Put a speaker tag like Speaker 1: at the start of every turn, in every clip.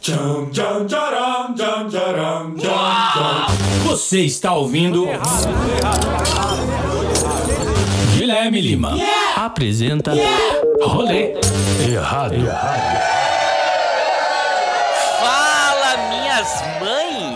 Speaker 1: Tcham, tcham, tcharam, tcham, tcharam, tcham, tcham. Você está ouvindo. Guilherme Lima apresenta Rolê Errado.
Speaker 2: Fala, minhas mães!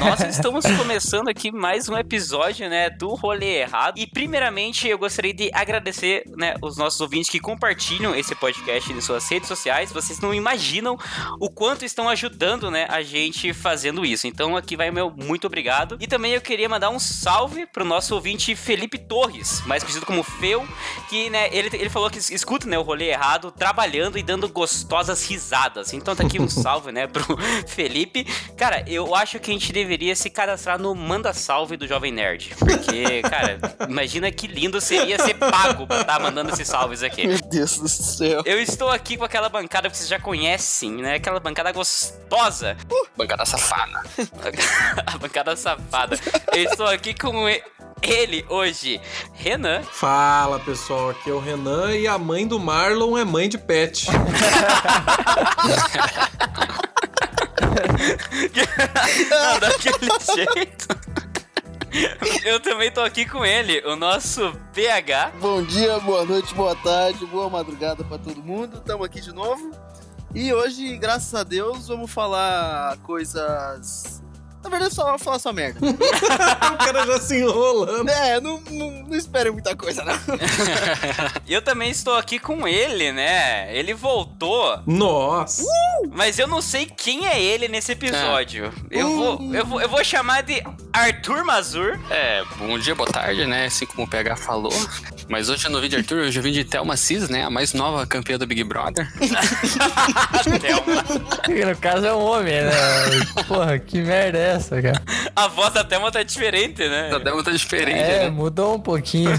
Speaker 2: Nós estamos começando aqui mais um episódio, né, do Rolê Errado. E primeiramente, eu gostaria de agradecer, né, os nossos ouvintes que compartilham esse podcast em suas redes sociais. Vocês não imaginam o quanto estão ajudando, né, a gente fazendo isso. Então, aqui vai meu muito obrigado. E também eu queria mandar um salve pro nosso ouvinte Felipe Torres, mais conhecido como Feu, que, né, ele, ele falou que escuta, né, o Rolê Errado, trabalhando e dando gostosas risadas. Então, tá aqui um salve, né, pro Felipe. Cara, eu acho que a gente deveria se cadastrar no Manda Salve do Jovem Nerd. Porque, cara, imagina que lindo seria ser pago pra estar mandando esses salves aqui.
Speaker 3: Meu Deus do céu.
Speaker 2: Eu estou aqui com aquela bancada que vocês já conhecem, né? Aquela bancada gostosa.
Speaker 3: Bancada safada.
Speaker 2: a bancada safada. Eu estou aqui com e- ele hoje, Renan.
Speaker 4: Fala pessoal, aqui é o Renan e a mãe do Marlon é mãe de pet.
Speaker 2: Não, daquele jeito. Eu também tô aqui com ele, o nosso PH.
Speaker 3: Bom dia, boa noite, boa tarde, boa madrugada pra todo mundo. Tamo aqui de novo. E hoje, graças a Deus, vamos falar coisas. Na verdade, só vamos falar só merda.
Speaker 4: o cara já se enrolando.
Speaker 3: é, não, não, não espere muita coisa, não.
Speaker 2: E eu também estou aqui com ele, né? Ele voltou,
Speaker 4: Nossa!
Speaker 2: mas eu não sei quem é ele nesse episódio. Eu, vou, eu, vou, eu vou chamar de Arthur Mazur.
Speaker 5: É, bom dia, boa tarde, né? Assim como o PH falou. Mas hoje eu não vim de Arthur, hoje eu vim de Thelma Cis, né? A mais nova campeã do Big Brother.
Speaker 2: Thelma.
Speaker 6: No caso é um homem, né? Porra, que merda é essa, cara?
Speaker 2: A voz da Thelma tá diferente, né?
Speaker 5: A Thelma tá diferente,
Speaker 6: É,
Speaker 5: né?
Speaker 6: mudou um pouquinho.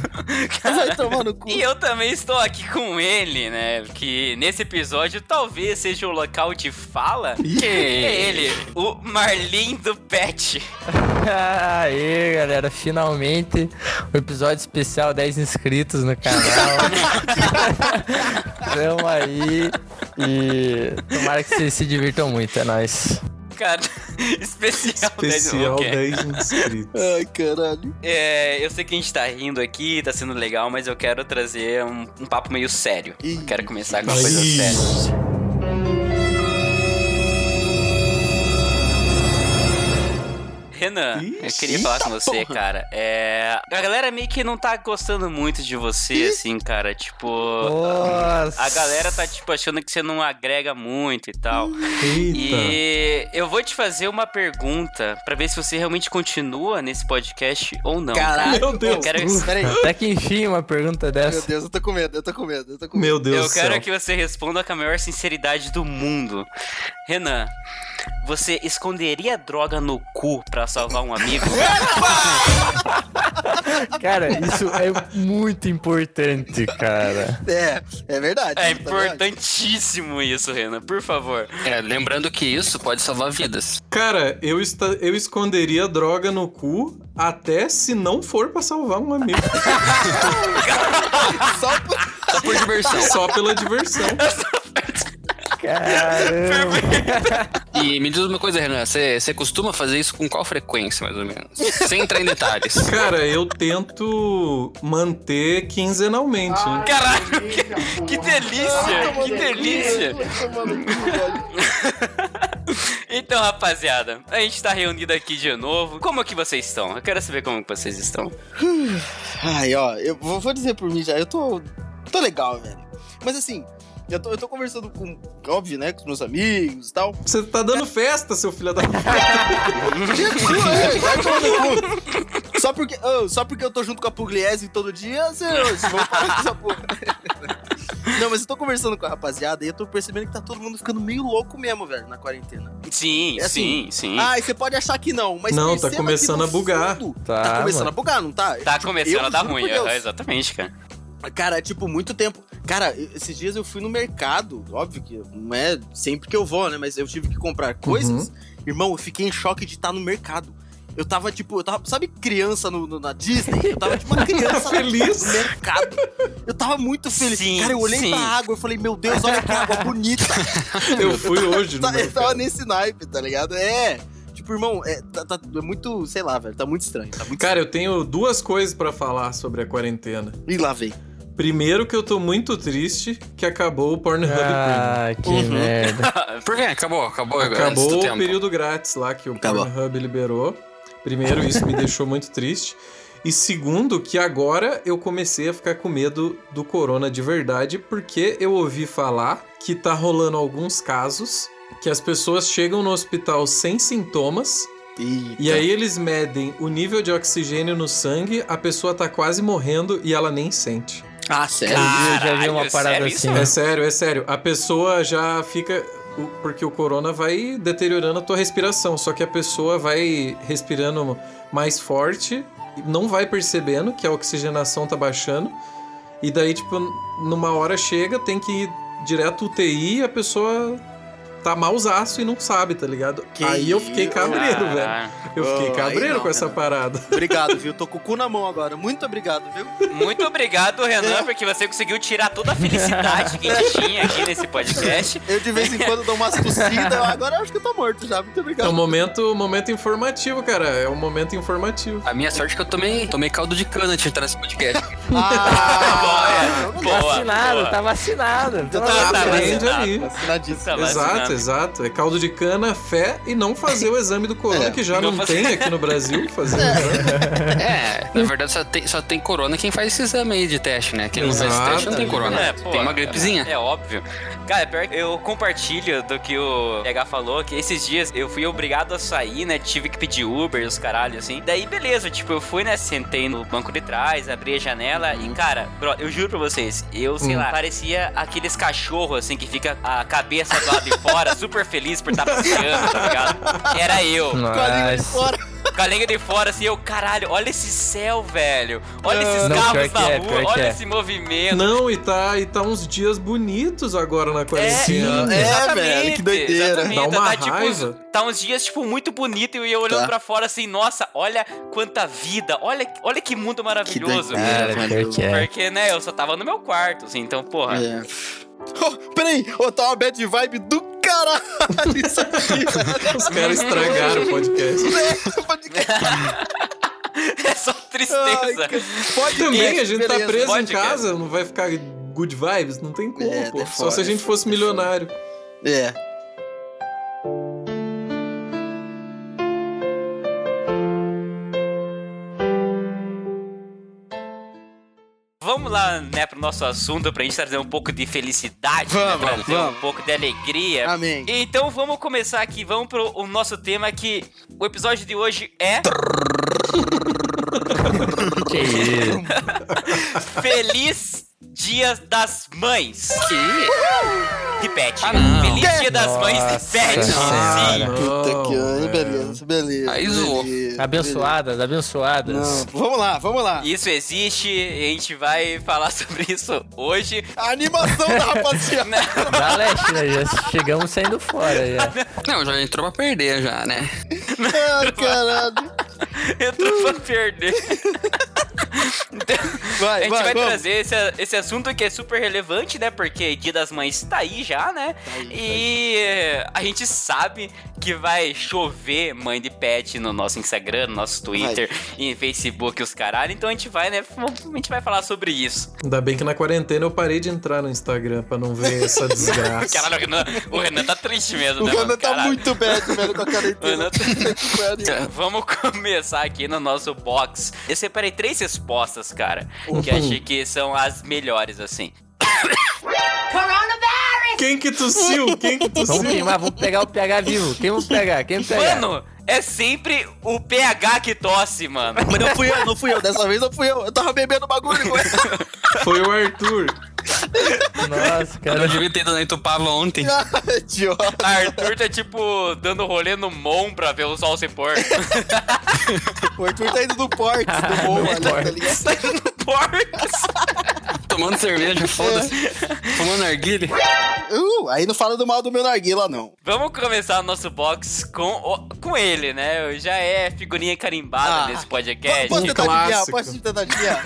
Speaker 3: Vai tomar no cu.
Speaker 2: E eu também estou aqui com ele, né? Que nesse episódio talvez seja o local de fala. Que é ele, o Marlin do Pet.
Speaker 6: Aê, galera, finalmente o episódio especial 10 inscritos no canal. Tamo aí e tomara que vocês se divirtam muito, é nóis.
Speaker 2: Cara, especial, né?
Speaker 4: Especial
Speaker 2: Ok.
Speaker 4: 10 inscritos.
Speaker 3: Ai, caralho.
Speaker 2: É, eu sei que a gente tá rindo aqui, tá sendo legal, mas eu quero trazer um, um papo meio sério. Eu quero começar com uma coisa
Speaker 4: Ih.
Speaker 2: séria. Renan, eu queria falar com você, cara. É, a galera meio que não tá gostando muito de você, assim, cara. Tipo,
Speaker 6: Nossa.
Speaker 2: a galera tá, tipo, achando que você não agrega muito e tal.
Speaker 4: Eita!
Speaker 2: E eu vou te fazer uma pergunta pra ver se você realmente continua nesse podcast ou não. tá?
Speaker 3: Caralho.
Speaker 4: Meu Deus!
Speaker 2: Eu quero,
Speaker 3: Peraí.
Speaker 6: Até que enfim uma pergunta
Speaker 3: Meu
Speaker 6: dessa.
Speaker 3: Deus, eu tô com medo, eu tô com medo, eu tô com medo.
Speaker 4: Meu Deus
Speaker 2: eu
Speaker 4: do
Speaker 2: quero
Speaker 4: céu.
Speaker 2: que você responda com a maior sinceridade do mundo. Renan, você esconderia droga no cu pra salvar um amigo?
Speaker 6: Cara, isso é muito importante, cara.
Speaker 3: É, é verdade.
Speaker 2: é
Speaker 3: tá verdade.
Speaker 2: importantíssimo isso, Renan, por favor.
Speaker 5: É, lembrando que isso pode salvar vidas.
Speaker 4: Cara, eu, esta... eu esconderia droga no cu até se não for pra salvar um amigo.
Speaker 3: Só por...
Speaker 5: Só por diversão.
Speaker 4: Só pela diversão.
Speaker 6: Caramba.
Speaker 5: E me diz uma coisa, Renan, você você costuma fazer isso com qual frequência, mais ou menos? Sem entrar em detalhes.
Speaker 4: Cara, eu tento manter quinzenalmente. né?
Speaker 2: Caralho, que, que delícia, que delícia. Então, rapaziada, a gente tá reunido aqui de novo. Como que vocês estão? Eu quero saber como que vocês estão.
Speaker 3: Ai, ó, eu vou vou dizer por mim já, eu tô, tô legal, velho. Mas assim, eu tô, eu tô conversando com, óbvio, né, com os meus amigos e tal.
Speaker 4: Você tá dando festa, seu filho da.
Speaker 3: é, Vai tomar no cu. só, porque, ô, só porque eu tô junto com a Pugliese todo dia, vocês vão parar com essa porra. Não, mas eu tô conversando com a rapaziada e eu tô percebendo que tá todo mundo ficando meio louco mesmo, velho, na quarentena.
Speaker 2: Sim,
Speaker 3: É assim,
Speaker 2: sim, sim.
Speaker 3: Ah, e você pode achar que não, mas
Speaker 4: Hum. Não, tá
Speaker 3: perceba que
Speaker 4: começando
Speaker 3: no
Speaker 4: a bugar.
Speaker 3: fundo, Tá,
Speaker 6: Tá,
Speaker 3: começando
Speaker 6: mano.
Speaker 3: a bugar, não tá?
Speaker 2: Tá começando a dar
Speaker 3: juro por
Speaker 2: ruim,
Speaker 3: Deus.
Speaker 2: aham, exatamente, cara.
Speaker 3: Cara, é tipo muito tempo. Cara, eu- esses dias eu fui no mercado, óbvio que não é
Speaker 4: Uhum.
Speaker 3: sempre que eu vou, né? Mas eu tive que comprar coisas. Irmão, eu fiquei em choque de estar no mercado. Eu tava, tipo, eu tava, sabe, criança no, no- na Disney? Eu tava, tipo, uma criança
Speaker 4: Feliz.
Speaker 3: no mercado. Eu tava muito feliz.
Speaker 2: Sim,
Speaker 3: Cara, eu olhei
Speaker 2: sim.
Speaker 3: pra água e falei, meu Deus, olha que água bonita.
Speaker 4: Eu fui hoje no
Speaker 3: Tá- eu tava
Speaker 4: mercado.
Speaker 3: nesse naipe, tá ligado? É. Tipo, irmão, é, tá, tá- é muito, sei lá, velho, tá muito estranho. Tá muito
Speaker 4: Cara, eu tenho duas coisas pra falar sobre a quarentena.
Speaker 3: estranho. E lá vem.
Speaker 4: Primeiro que eu tô muito triste que acabou o Pornhub Premium.
Speaker 6: Ah, que
Speaker 3: Uhum.
Speaker 6: merda.
Speaker 5: Por quê? Acabou, acabou, antes do
Speaker 4: Acabou o
Speaker 5: tempo.
Speaker 4: período grátis lá que o
Speaker 3: Acabou.
Speaker 4: Pornhub liberou. Primeiro, isso me deixou muito triste. E segundo, que agora eu comecei a ficar com medo do corona de verdade, porque eu ouvi falar que tá rolando alguns casos que as pessoas chegam no hospital sem sintomas
Speaker 3: Eita.
Speaker 4: E aí eles medem o nível de oxigênio no sangue, a pessoa tá quase morrendo e ela nem sente.
Speaker 3: Ah, sério?
Speaker 6: Eu já vi
Speaker 2: Caralho,
Speaker 6: uma parada
Speaker 2: sério isso,
Speaker 6: assim.
Speaker 4: É sério, é sério. A pessoa já fica. o- Porque o corona vai deteriorando a tua respiração. Só que a pessoa vai respirando mais forte, e não vai percebendo que a oxigenação tá baixando. E daí, tipo, numa hora chega, tem que ir direto UTI e a pessoa tá mausaço e não sabe, tá ligado?
Speaker 3: Que
Speaker 4: aí eu fiquei
Speaker 3: isso,
Speaker 4: cabreiro, velho.
Speaker 2: Caralho.
Speaker 4: Eu
Speaker 3: Oh,
Speaker 4: fiquei
Speaker 3: aí
Speaker 4: cabreiro
Speaker 3: não,
Speaker 4: com essa
Speaker 3: cara.
Speaker 4: parada.
Speaker 3: Obrigado, viu? Tô com o cu na mão agora. Muito obrigado, viu?
Speaker 2: Muito obrigado,
Speaker 3: É.
Speaker 2: Renan, porque você conseguiu tirar toda a felicidade que a gente tinha aqui nesse podcast.
Speaker 3: Eu de vez em quando dou umas tossidas. Agora eu acho que eu tô morto já. Muito
Speaker 4: É um
Speaker 3: obrigado.
Speaker 4: momento, um momento informativo, cara. É um momento informativo.
Speaker 5: A minha sorte é que eu tomei, tomei caldo de cana antes de entrar nesse podcast.
Speaker 2: Boa,
Speaker 3: Ah,
Speaker 6: Tá
Speaker 2: boa.
Speaker 6: vacinado, tá vacinado. Pelo amor de
Speaker 2: tá
Speaker 6: Deus.
Speaker 4: Aprende
Speaker 2: vacinado.
Speaker 4: ali.
Speaker 3: Assinadíssimo.
Speaker 2: Tá
Speaker 4: exato,
Speaker 2: vacinado.
Speaker 4: exato. É caldo de cana, fé e não fazer o exame do corona,
Speaker 3: É,
Speaker 4: que já
Speaker 2: não
Speaker 4: não
Speaker 2: fazer.
Speaker 4: tem aqui no Brasil. Fazer o exame.
Speaker 5: é, na verdade só tem, só tem corona quem faz esse exame aí de teste, né? Quem não faz esse teste não tem
Speaker 4: Exatamente.
Speaker 5: corona.
Speaker 2: É, pô,
Speaker 5: tem uma gripezinha.
Speaker 2: É, óbvio. Cara, pior que eu compartilho do que o PH falou, que esses dias eu fui obrigado a sair, né? Tive que pedir Uber, os caralho, assim. Daí, beleza, tipo, eu fui, né? Sentei no banco de trás, abri a janela e, cara, bro, eu juro pra vocês, eu, sei
Speaker 4: Hum.
Speaker 2: lá, parecia aqueles cachorros, assim, que fica a cabeça do lado de fora, super feliz por estar passeando, tá ligado? Era eu.
Speaker 6: Tá.
Speaker 3: Com a língua de
Speaker 6: Nossa.
Speaker 3: fora.
Speaker 2: Com a língua de fora, assim, eu, caralho, olha esse céu, velho. Olha esses
Speaker 6: Não, pior
Speaker 2: carros
Speaker 6: que
Speaker 2: na
Speaker 6: é,
Speaker 2: rua,
Speaker 6: pior que
Speaker 2: olha
Speaker 6: é.
Speaker 2: esse movimento.
Speaker 4: não, e tá, e tá uns dias bonitos agora na quarentena.
Speaker 3: é,
Speaker 2: exatamente,
Speaker 3: velho, que doideira.
Speaker 2: exatamente.
Speaker 4: né? Dá uma
Speaker 2: tá, tipo,
Speaker 4: raiva.
Speaker 2: tá uns dias, tipo, muito bonito e eu olhando
Speaker 3: Tá.
Speaker 2: pra fora assim, nossa, olha quanta vida, olha, olha que mundo
Speaker 3: Que
Speaker 2: maravilhoso.
Speaker 3: doideira,
Speaker 6: Cara,
Speaker 3: velho.
Speaker 6: pior que é.
Speaker 2: Porque, né, eu só tava no meu quarto, assim, então, porra.
Speaker 3: É. Oh, peraí, oh, tá uma bad vibe do caralho isso aqui, velho.
Speaker 4: Os caras estragaram o podcast.
Speaker 3: Né? Podcast.
Speaker 2: É, só
Speaker 3: Ai,
Speaker 2: tristeza.
Speaker 3: cara. Podcast,
Speaker 4: Também a gente tá
Speaker 3: beleza.
Speaker 4: preso em
Speaker 2: Pode, cara.
Speaker 4: casa, não vai ficar good vibes? Não tem como,
Speaker 3: É,
Speaker 4: pô.
Speaker 3: é
Speaker 4: Só
Speaker 3: foda,
Speaker 4: se a gente
Speaker 3: é
Speaker 4: fosse
Speaker 3: foda, é foda.
Speaker 4: milionário.
Speaker 3: É.
Speaker 2: Vamos lá, né, pro nosso assunto, pra gente trazer um pouco de felicidade,
Speaker 3: Vamos,
Speaker 2: né, trazer um
Speaker 3: vamos. Ah.
Speaker 2: pouco de alegria.
Speaker 3: Amém.
Speaker 2: Então vamos começar aqui, vamos pro o nosso tema que o episódio de hoje é
Speaker 6: Que isso?
Speaker 2: Feliz Dia das Mães. De Pet.
Speaker 5: Ah, não.
Speaker 2: Feliz é Dia das Mães de
Speaker 6: Nossa
Speaker 2: Pet.
Speaker 6: Senhora.
Speaker 2: Sim.
Speaker 4: Não,
Speaker 3: Ah,
Speaker 4: é.
Speaker 3: Puta que ai,
Speaker 4: Oh, velho.
Speaker 3: beleza, beleza.
Speaker 5: Aí zoou.
Speaker 3: beleza,
Speaker 6: Tá Abençoadas, abençoadas.
Speaker 3: beleza. Não, vamos lá, vamos lá.
Speaker 2: Isso existe, e a gente vai falar sobre isso hoje.
Speaker 3: A animação da rapaziada.
Speaker 6: Dá leste, né? Já chegamos saindo fora.
Speaker 5: Tá
Speaker 6: Já.
Speaker 5: Não, já entrou pra perder já, né?
Speaker 3: Ai, caralho.
Speaker 2: Entrou pra perder. Então, a
Speaker 3: Vai,
Speaker 2: gente
Speaker 3: vai,
Speaker 2: vai
Speaker 3: vamos.
Speaker 2: trazer esse, esse assunto que é super relevante, né? Porque Dia das Mães tá aí já, né?
Speaker 3: tá
Speaker 2: E eh, a gente sabe que vai chover mãe de pet no nosso Instagram, no nosso Twitter e Facebook, os caralho. Então a gente vai, né? A gente vai falar sobre isso.
Speaker 4: Ainda bem que na quarentena eu parei de entrar no Instagram pra não ver essa desgraça.
Speaker 2: Caralho, o Renan, o Renan tá triste mesmo,
Speaker 3: Tá O
Speaker 2: né? mano?
Speaker 3: Renan tá
Speaker 2: Caralho.
Speaker 3: muito bad, velho, com a
Speaker 2: Renan
Speaker 3: quarentena.
Speaker 2: tá-
Speaker 3: Puta
Speaker 2: Vamos começar aqui no nosso box. Eu separei três respostas, cara, que achei que são as melhores, assim.
Speaker 4: Quem que tossiu? Quem que
Speaker 6: Vamos
Speaker 4: tossiu?
Speaker 6: queimar, vamos pegar o PH vivo. Quem vamos pegar? Quem pegar?
Speaker 2: Mano, é sempre o PH que tosse, mano.
Speaker 3: Mas não fui eu, não fui eu. Dessa vez não fui eu. Eu tava bebendo bagulho. ué.
Speaker 4: Foi o Arthur.
Speaker 6: Nossa,
Speaker 5: Eu
Speaker 6: cara.
Speaker 5: não devia ter ido na Itupava ontem.
Speaker 3: Ah, Idiota.
Speaker 2: Arthur tá tipo dando rolê no Mon pra ver o sol se pôr. Ah,
Speaker 3: O Arthur tá indo do porte, do bom, ali, tá né, ligado?
Speaker 2: Tá indo no Porto.
Speaker 5: Tomando cerveja, foda-se.
Speaker 3: É.
Speaker 5: Tomando narguile.
Speaker 3: Uh, aí não fala do mal do meu narguila, não.
Speaker 2: Vamos começar o nosso box com, o- com ele, né? Já é figurinha carimbada
Speaker 3: Ah.
Speaker 2: nesse
Speaker 3: Po-
Speaker 2: podcast.
Speaker 3: Posso tentar adivinhar?
Speaker 4: clássico.
Speaker 3: Posso tentar adivinhar?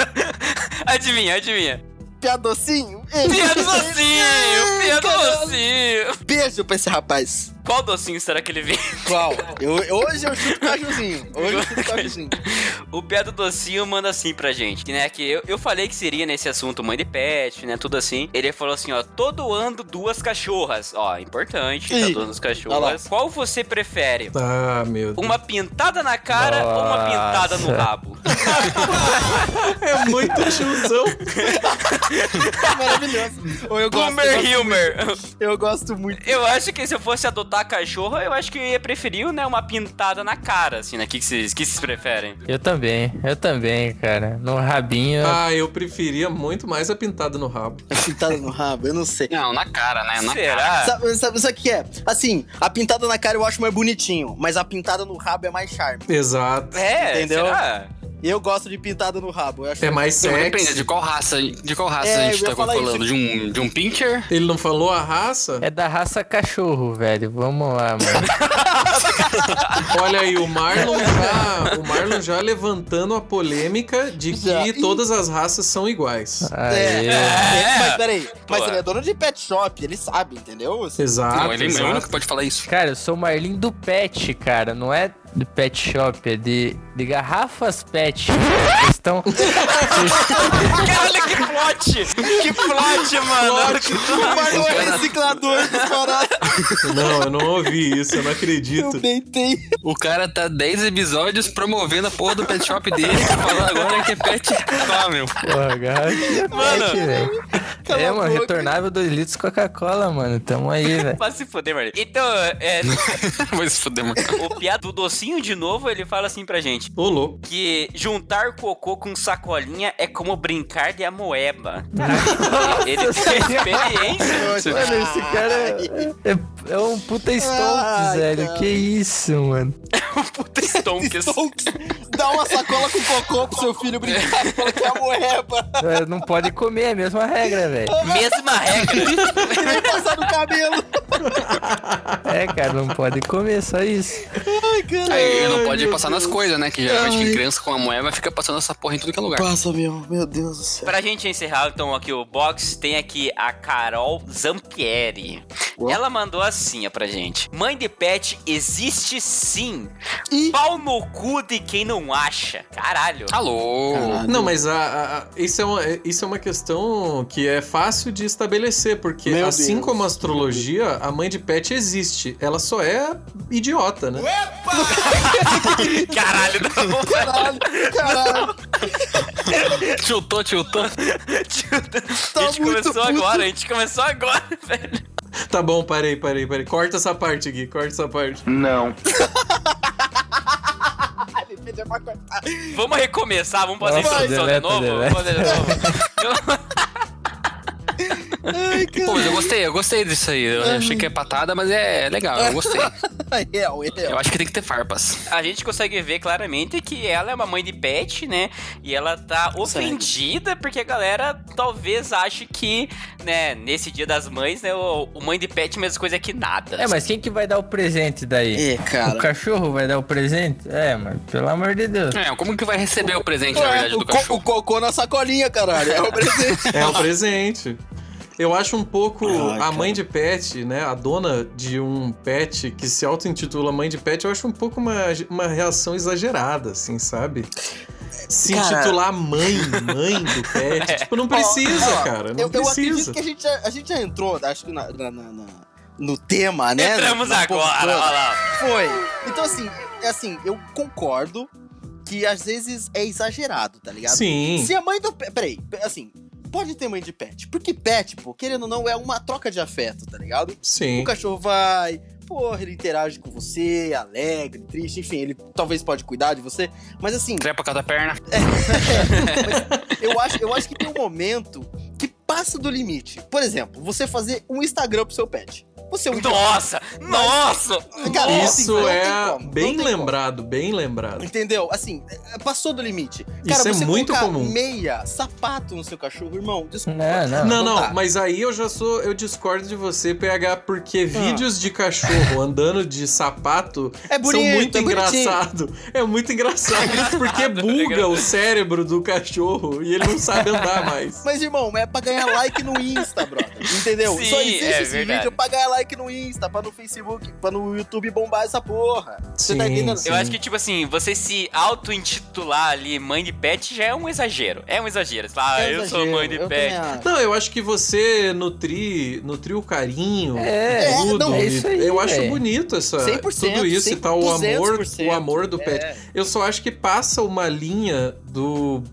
Speaker 2: adivinha, adivinha.
Speaker 3: Piadocinho?
Speaker 2: Pia docinho, pia docinho.
Speaker 3: Beijo pra esse rapaz.
Speaker 2: Qual docinho será que ele vem?
Speaker 3: Qual? Eu, hoje eu chuto cajuzinho. Hoje eu chuto cajuzinho.
Speaker 2: O Pé do Docinho manda assim pra gente, que, né? Que eu, eu falei que seria nesse assunto mãe de pet, né? Tudo assim. Ele falou assim, ó, todo ano duas cachorras. Ó, importante, tá
Speaker 3: Ih,
Speaker 2: doando as
Speaker 3: olha
Speaker 2: cachorras. Qual você prefere?
Speaker 4: Ah, meu Deus.
Speaker 2: Uma pintada na cara ou uma pintada no
Speaker 6: Nossa.
Speaker 2: rabo?
Speaker 4: É muito tiozão.
Speaker 3: Maravilhoso. Ou eu gosto, eu
Speaker 2: Boomer
Speaker 3: gosto-
Speaker 2: Hilmer.
Speaker 3: eu gosto muito.
Speaker 2: Eu acho que se eu fosse adotar cachorro, eu acho que eu ia preferir, né, uma pintada na cara, assim, né? O que que vocês que vocês preferem?
Speaker 6: Eu também, eu também, cara. No rabinho.
Speaker 4: Ah, eu preferia muito mais a pintada no rabo.
Speaker 3: A pintada no Assim, tá rabo, eu não sei.
Speaker 5: Não, na cara,
Speaker 2: É
Speaker 5: né? Na
Speaker 2: Será?
Speaker 3: Sabe, sabe, sabe o que é? Assim, a pintada na cara eu acho mais bonitinho, mas a pintada no rabo é mais charme.
Speaker 4: Exato.
Speaker 2: É,
Speaker 3: Entendeu?
Speaker 2: será?
Speaker 3: Eu gosto de pintada no rabo. Eu acho
Speaker 4: É mais
Speaker 5: Sim, mas depende
Speaker 4: sexy.
Speaker 5: de qual raça, de qual raça
Speaker 3: É,
Speaker 5: a
Speaker 3: eu
Speaker 5: gente
Speaker 3: ia
Speaker 5: tá
Speaker 3: falar isso.
Speaker 5: falando. De um, de um pincher?
Speaker 4: Ele não falou a raça?
Speaker 6: É da raça cachorro, velho. Vamos lá, mano.
Speaker 4: Olha aí, o Marlon já, o Marlon já levantando a polêmica de que
Speaker 3: Já.
Speaker 4: todas as raças são iguais.
Speaker 6: Aê.
Speaker 2: É.
Speaker 3: Mas peraí, mas
Speaker 2: Pô.
Speaker 3: ele é dono de pet shop, ele sabe, entendeu? Assim,
Speaker 4: Exato.
Speaker 5: não, ele é o único
Speaker 4: exato.
Speaker 5: que pode falar isso.
Speaker 6: Cara, eu sou o Marlin do Pet, cara. Não é do Pet Shop, é de, de garrafas Pet. Vocês estão.
Speaker 2: Caralho, que plot! Que plot, mano!
Speaker 3: O Marlon é reciclador dos baratos,
Speaker 4: Não, eu não ouvi isso, eu não
Speaker 3: eu
Speaker 4: acredito.
Speaker 3: bem tenho.
Speaker 5: O cara tá 10 episódios promovendo a porra do pet shop dele, tá falando agora que é pet. Ah, meu.
Speaker 6: Porra, garrafa
Speaker 2: Mano.
Speaker 6: Pet, velho.
Speaker 3: Cala
Speaker 6: É,
Speaker 3: a
Speaker 6: mano,
Speaker 3: boca.
Speaker 6: retornável 2 litros Coca-Cola, mano. Tamo aí, velho.
Speaker 2: Vai se foder, Marley. Então, é,
Speaker 5: Vai se fuder, mano.
Speaker 2: o piá do docinho de novo, ele fala assim pra gente.
Speaker 4: Ô, louco.
Speaker 2: Que juntar cocô com sacolinha é como brincar de amoeba. Caraca, ele ele tem experiência.
Speaker 6: Mano, esse cara é, é um puta stomp,
Speaker 3: Ai,
Speaker 6: velho.
Speaker 3: cara.
Speaker 6: Que isso, mano.
Speaker 2: Puta stonks.
Speaker 3: Stonks. Dá uma sacola com cocô pro seu filho brincar, fala que é a moeba.
Speaker 6: É, Não pode comer, é a mesma regra, velho.
Speaker 2: Mesma regra.
Speaker 3: Vai passar no cabelo.
Speaker 6: É, cara, não pode comer, só isso.
Speaker 3: Ai, cara.
Speaker 5: Aí não pode passar nas coisas, né? Que geralmente criança com a moeba fica passando essa porra em tudo que é lugar.
Speaker 3: Passa, meu. Meu Deus do céu.
Speaker 2: pra gente encerrar, então, aqui o box, tem aqui a Carol Zampieri. Ela mandou assim, ó, pra gente. Mãe de pet existe sim.
Speaker 3: Ih.
Speaker 2: Pau no cu de quem não acha. Caralho.
Speaker 5: Alô!
Speaker 4: Não, mas a- a- a- isso, é uma, isso é uma questão que é fácil de estabelecer, porque
Speaker 3: Meu
Speaker 4: assim
Speaker 3: Deus.
Speaker 4: como a astrologia, a mãe de pet existe. Ela só é idiota, né?
Speaker 2: Caralho, não.
Speaker 3: Caralho, caralho.
Speaker 5: Tiltou, tiltou.
Speaker 3: Tá
Speaker 2: a gente
Speaker 3: muito
Speaker 2: começou
Speaker 3: puto.
Speaker 2: agora, a gente começou agora, velho.
Speaker 4: Tá bom, parei, parei, parei. Corta essa parte aqui, corta essa parte.
Speaker 3: Ele
Speaker 5: é
Speaker 3: pediu pra cortar.
Speaker 2: Vamos recomeçar, vamos fazer a
Speaker 6: Nossa,
Speaker 2: introdução de
Speaker 6: deleta,
Speaker 2: novo. Vamos fazer de novo.
Speaker 3: Ai,
Speaker 5: Pô, mas eu
Speaker 3: cara.
Speaker 5: gostei, eu gostei disso aí. Eu achei que é patada, mas é legal, eu gostei.
Speaker 3: É real, é
Speaker 5: Eu
Speaker 3: real.
Speaker 5: acho que tem que ter farpas.
Speaker 2: A gente consegue ver claramente que ela é uma mãe de pet, né? E ela tá ofendida porque a galera talvez ache que, né, nesse dia das mães, né, o, o mãe de pet é a mesma coisa que nada.
Speaker 6: É, mas quem que vai dar o presente daí?
Speaker 3: É,
Speaker 6: O
Speaker 3: cara.
Speaker 6: cachorro vai dar o presente? É, mano, pelo amor de Deus.
Speaker 5: É, como que vai receber o presente, na
Speaker 3: Ué,
Speaker 5: verdade,
Speaker 3: o,
Speaker 5: do
Speaker 3: co-
Speaker 5: cachorro?
Speaker 3: o cocô na sacolinha, caralho. É o presente.
Speaker 4: É o presente. Eu acho um pouco
Speaker 3: Ai,
Speaker 4: a
Speaker 3: Ah, cara.
Speaker 4: mãe de pet, né? A dona de um pet que se auto-intitula mãe de pet, eu acho um pouco uma, uma reação exagerada, assim, sabe? Se
Speaker 3: Cara-
Speaker 4: intitular mãe, mãe do pet. Tipo, não precisa,
Speaker 3: Ó, ó,
Speaker 4: cara. Não
Speaker 3: Eu, eu acredito
Speaker 4: precisa.
Speaker 3: que a gente já, a gente já entrou, acho que na- na- na- na- no tema, né?
Speaker 2: Entramos
Speaker 3: Na- na
Speaker 2: agora, olha
Speaker 3: poltrona.
Speaker 2: lá.
Speaker 3: Foi. Então, assim, é assim, eu concordo que às vezes é exagerado, tá ligado?
Speaker 4: Sim.
Speaker 3: Se a mãe do pet. Peraí, assim, pode ter mãe de pet. Porque pet, pô, querendo ou não, é uma troca de afeto, tá ligado?
Speaker 4: Sim.
Speaker 3: O cachorro vai. Porra, ele interage com você, alegre, triste, enfim, ele talvez pode cuidar de você. Mas assim,
Speaker 5: Trepa cada perna.
Speaker 3: eu acho, eu acho que tem um momento que passa do limite. Por exemplo, você fazer um Instagram pro seu pet. Você é um idiota.
Speaker 2: Nossa! Nossa!
Speaker 3: Cara, não
Speaker 4: Isso
Speaker 3: tem- assim, não tem
Speaker 4: é
Speaker 3: como, não
Speaker 4: bem
Speaker 3: tem como.
Speaker 4: lembrado, bem lembrado.
Speaker 3: Entendeu? Assim, é- é- passou do limite. Cara,
Speaker 4: Isso é
Speaker 3: você
Speaker 4: muito
Speaker 3: colocar
Speaker 4: comum.
Speaker 3: meia, sapato no seu cachorro, irmão, desculpa.
Speaker 6: Não, não.
Speaker 4: Não, não,
Speaker 3: dá.
Speaker 4: mas aí eu já sou. Eu discordo de você, PH, porque
Speaker 3: Ah.
Speaker 4: vídeos de cachorro andando de sapato
Speaker 3: É bonito,
Speaker 4: são muito
Speaker 3: é bonitinho. é
Speaker 4: engraçado. É muito engraçado porque buga
Speaker 2: legal.
Speaker 4: o cérebro do cachorro e ele não sabe andar mais.
Speaker 3: Mas, irmão, é pra ganhar like no Insta, brother. Entendeu?
Speaker 2: Sim,
Speaker 3: Só existe
Speaker 2: é
Speaker 3: esse
Speaker 2: verdade.
Speaker 3: vídeo pra ganhar like no Insta, pra no Facebook, pra no YouTube bombar essa porra. Você tá
Speaker 4: Sim,
Speaker 3: entendendo?
Speaker 4: sim.
Speaker 2: Eu acho que, tipo assim, você se auto-intitular ali mãe de pet já é um exagero. É um exagero. Você fala, ah,
Speaker 3: É
Speaker 2: eu sou
Speaker 3: exagero,
Speaker 2: mãe de
Speaker 3: eu
Speaker 2: pet.
Speaker 3: também acho.
Speaker 4: Não, eu acho que você nutrir, nutrir o carinho,
Speaker 6: É,
Speaker 4: tudo.
Speaker 3: não,
Speaker 6: é isso aí,
Speaker 4: eu acho
Speaker 6: velho.
Speaker 4: bonito essa
Speaker 3: 100%,
Speaker 4: tudo isso e tal o amor,
Speaker 3: 200%,
Speaker 4: o amor do pet.
Speaker 3: É.
Speaker 4: Eu só acho que passa uma linha do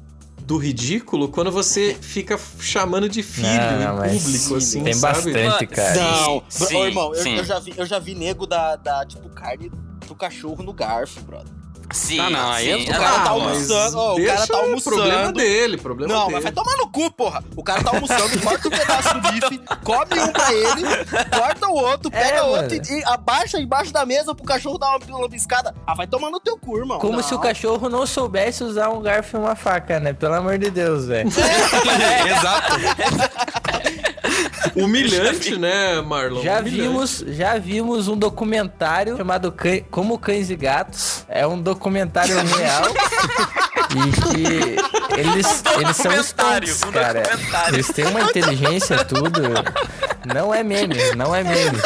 Speaker 4: do ridículo quando você fica chamando de filho
Speaker 6: Não, não,
Speaker 4: em
Speaker 6: mas
Speaker 4: público assim,
Speaker 6: tem
Speaker 4: sabe?
Speaker 6: bastante,
Speaker 2: Mano,
Speaker 6: cara.
Speaker 3: Não,
Speaker 2: É, Sim,
Speaker 3: bro- ô, irmão, eu,
Speaker 2: sim.
Speaker 3: eu já vi, eu já vi nego da, da, tipo, carne pro cachorro no garfo, brother.
Speaker 2: Sim,
Speaker 5: Ah, não, aí
Speaker 2: sim.
Speaker 5: é
Speaker 3: O
Speaker 5: do
Speaker 2: Ah,
Speaker 3: cara tá
Speaker 2: não, mas-
Speaker 3: almoçando, ó, o cara
Speaker 4: deixa
Speaker 3: tá almoçando.
Speaker 4: problema dele, problema
Speaker 3: Não, mas
Speaker 4: dele.
Speaker 3: vai tomar no cu, porra. O cara tá almoçando, corta um pedaço do bife, come um pra ele, corta o outro, pega
Speaker 6: É,
Speaker 3: outro e, e abaixa embaixo da mesa pro cachorro dar uma lambiscada. Ah, vai tomar no teu cu, irmão.
Speaker 6: Como
Speaker 3: Não.
Speaker 6: se o cachorro não soubesse usar um garfo e uma faca, né? Pelo amor de Deus, velho.
Speaker 5: Exato.
Speaker 4: Humilhante, né, Marlon?
Speaker 6: Já
Speaker 4: Humilhante.
Speaker 6: vimos, já vimos um documentário chamado Cã- Como Cães e Gatos. É um documentário real. e que eles, eles são os
Speaker 2: Um documentário,
Speaker 6: tontos,
Speaker 2: um
Speaker 6: cara.
Speaker 2: documentário.
Speaker 6: Eles têm uma inteligência tudo. Não é meme, não é meme.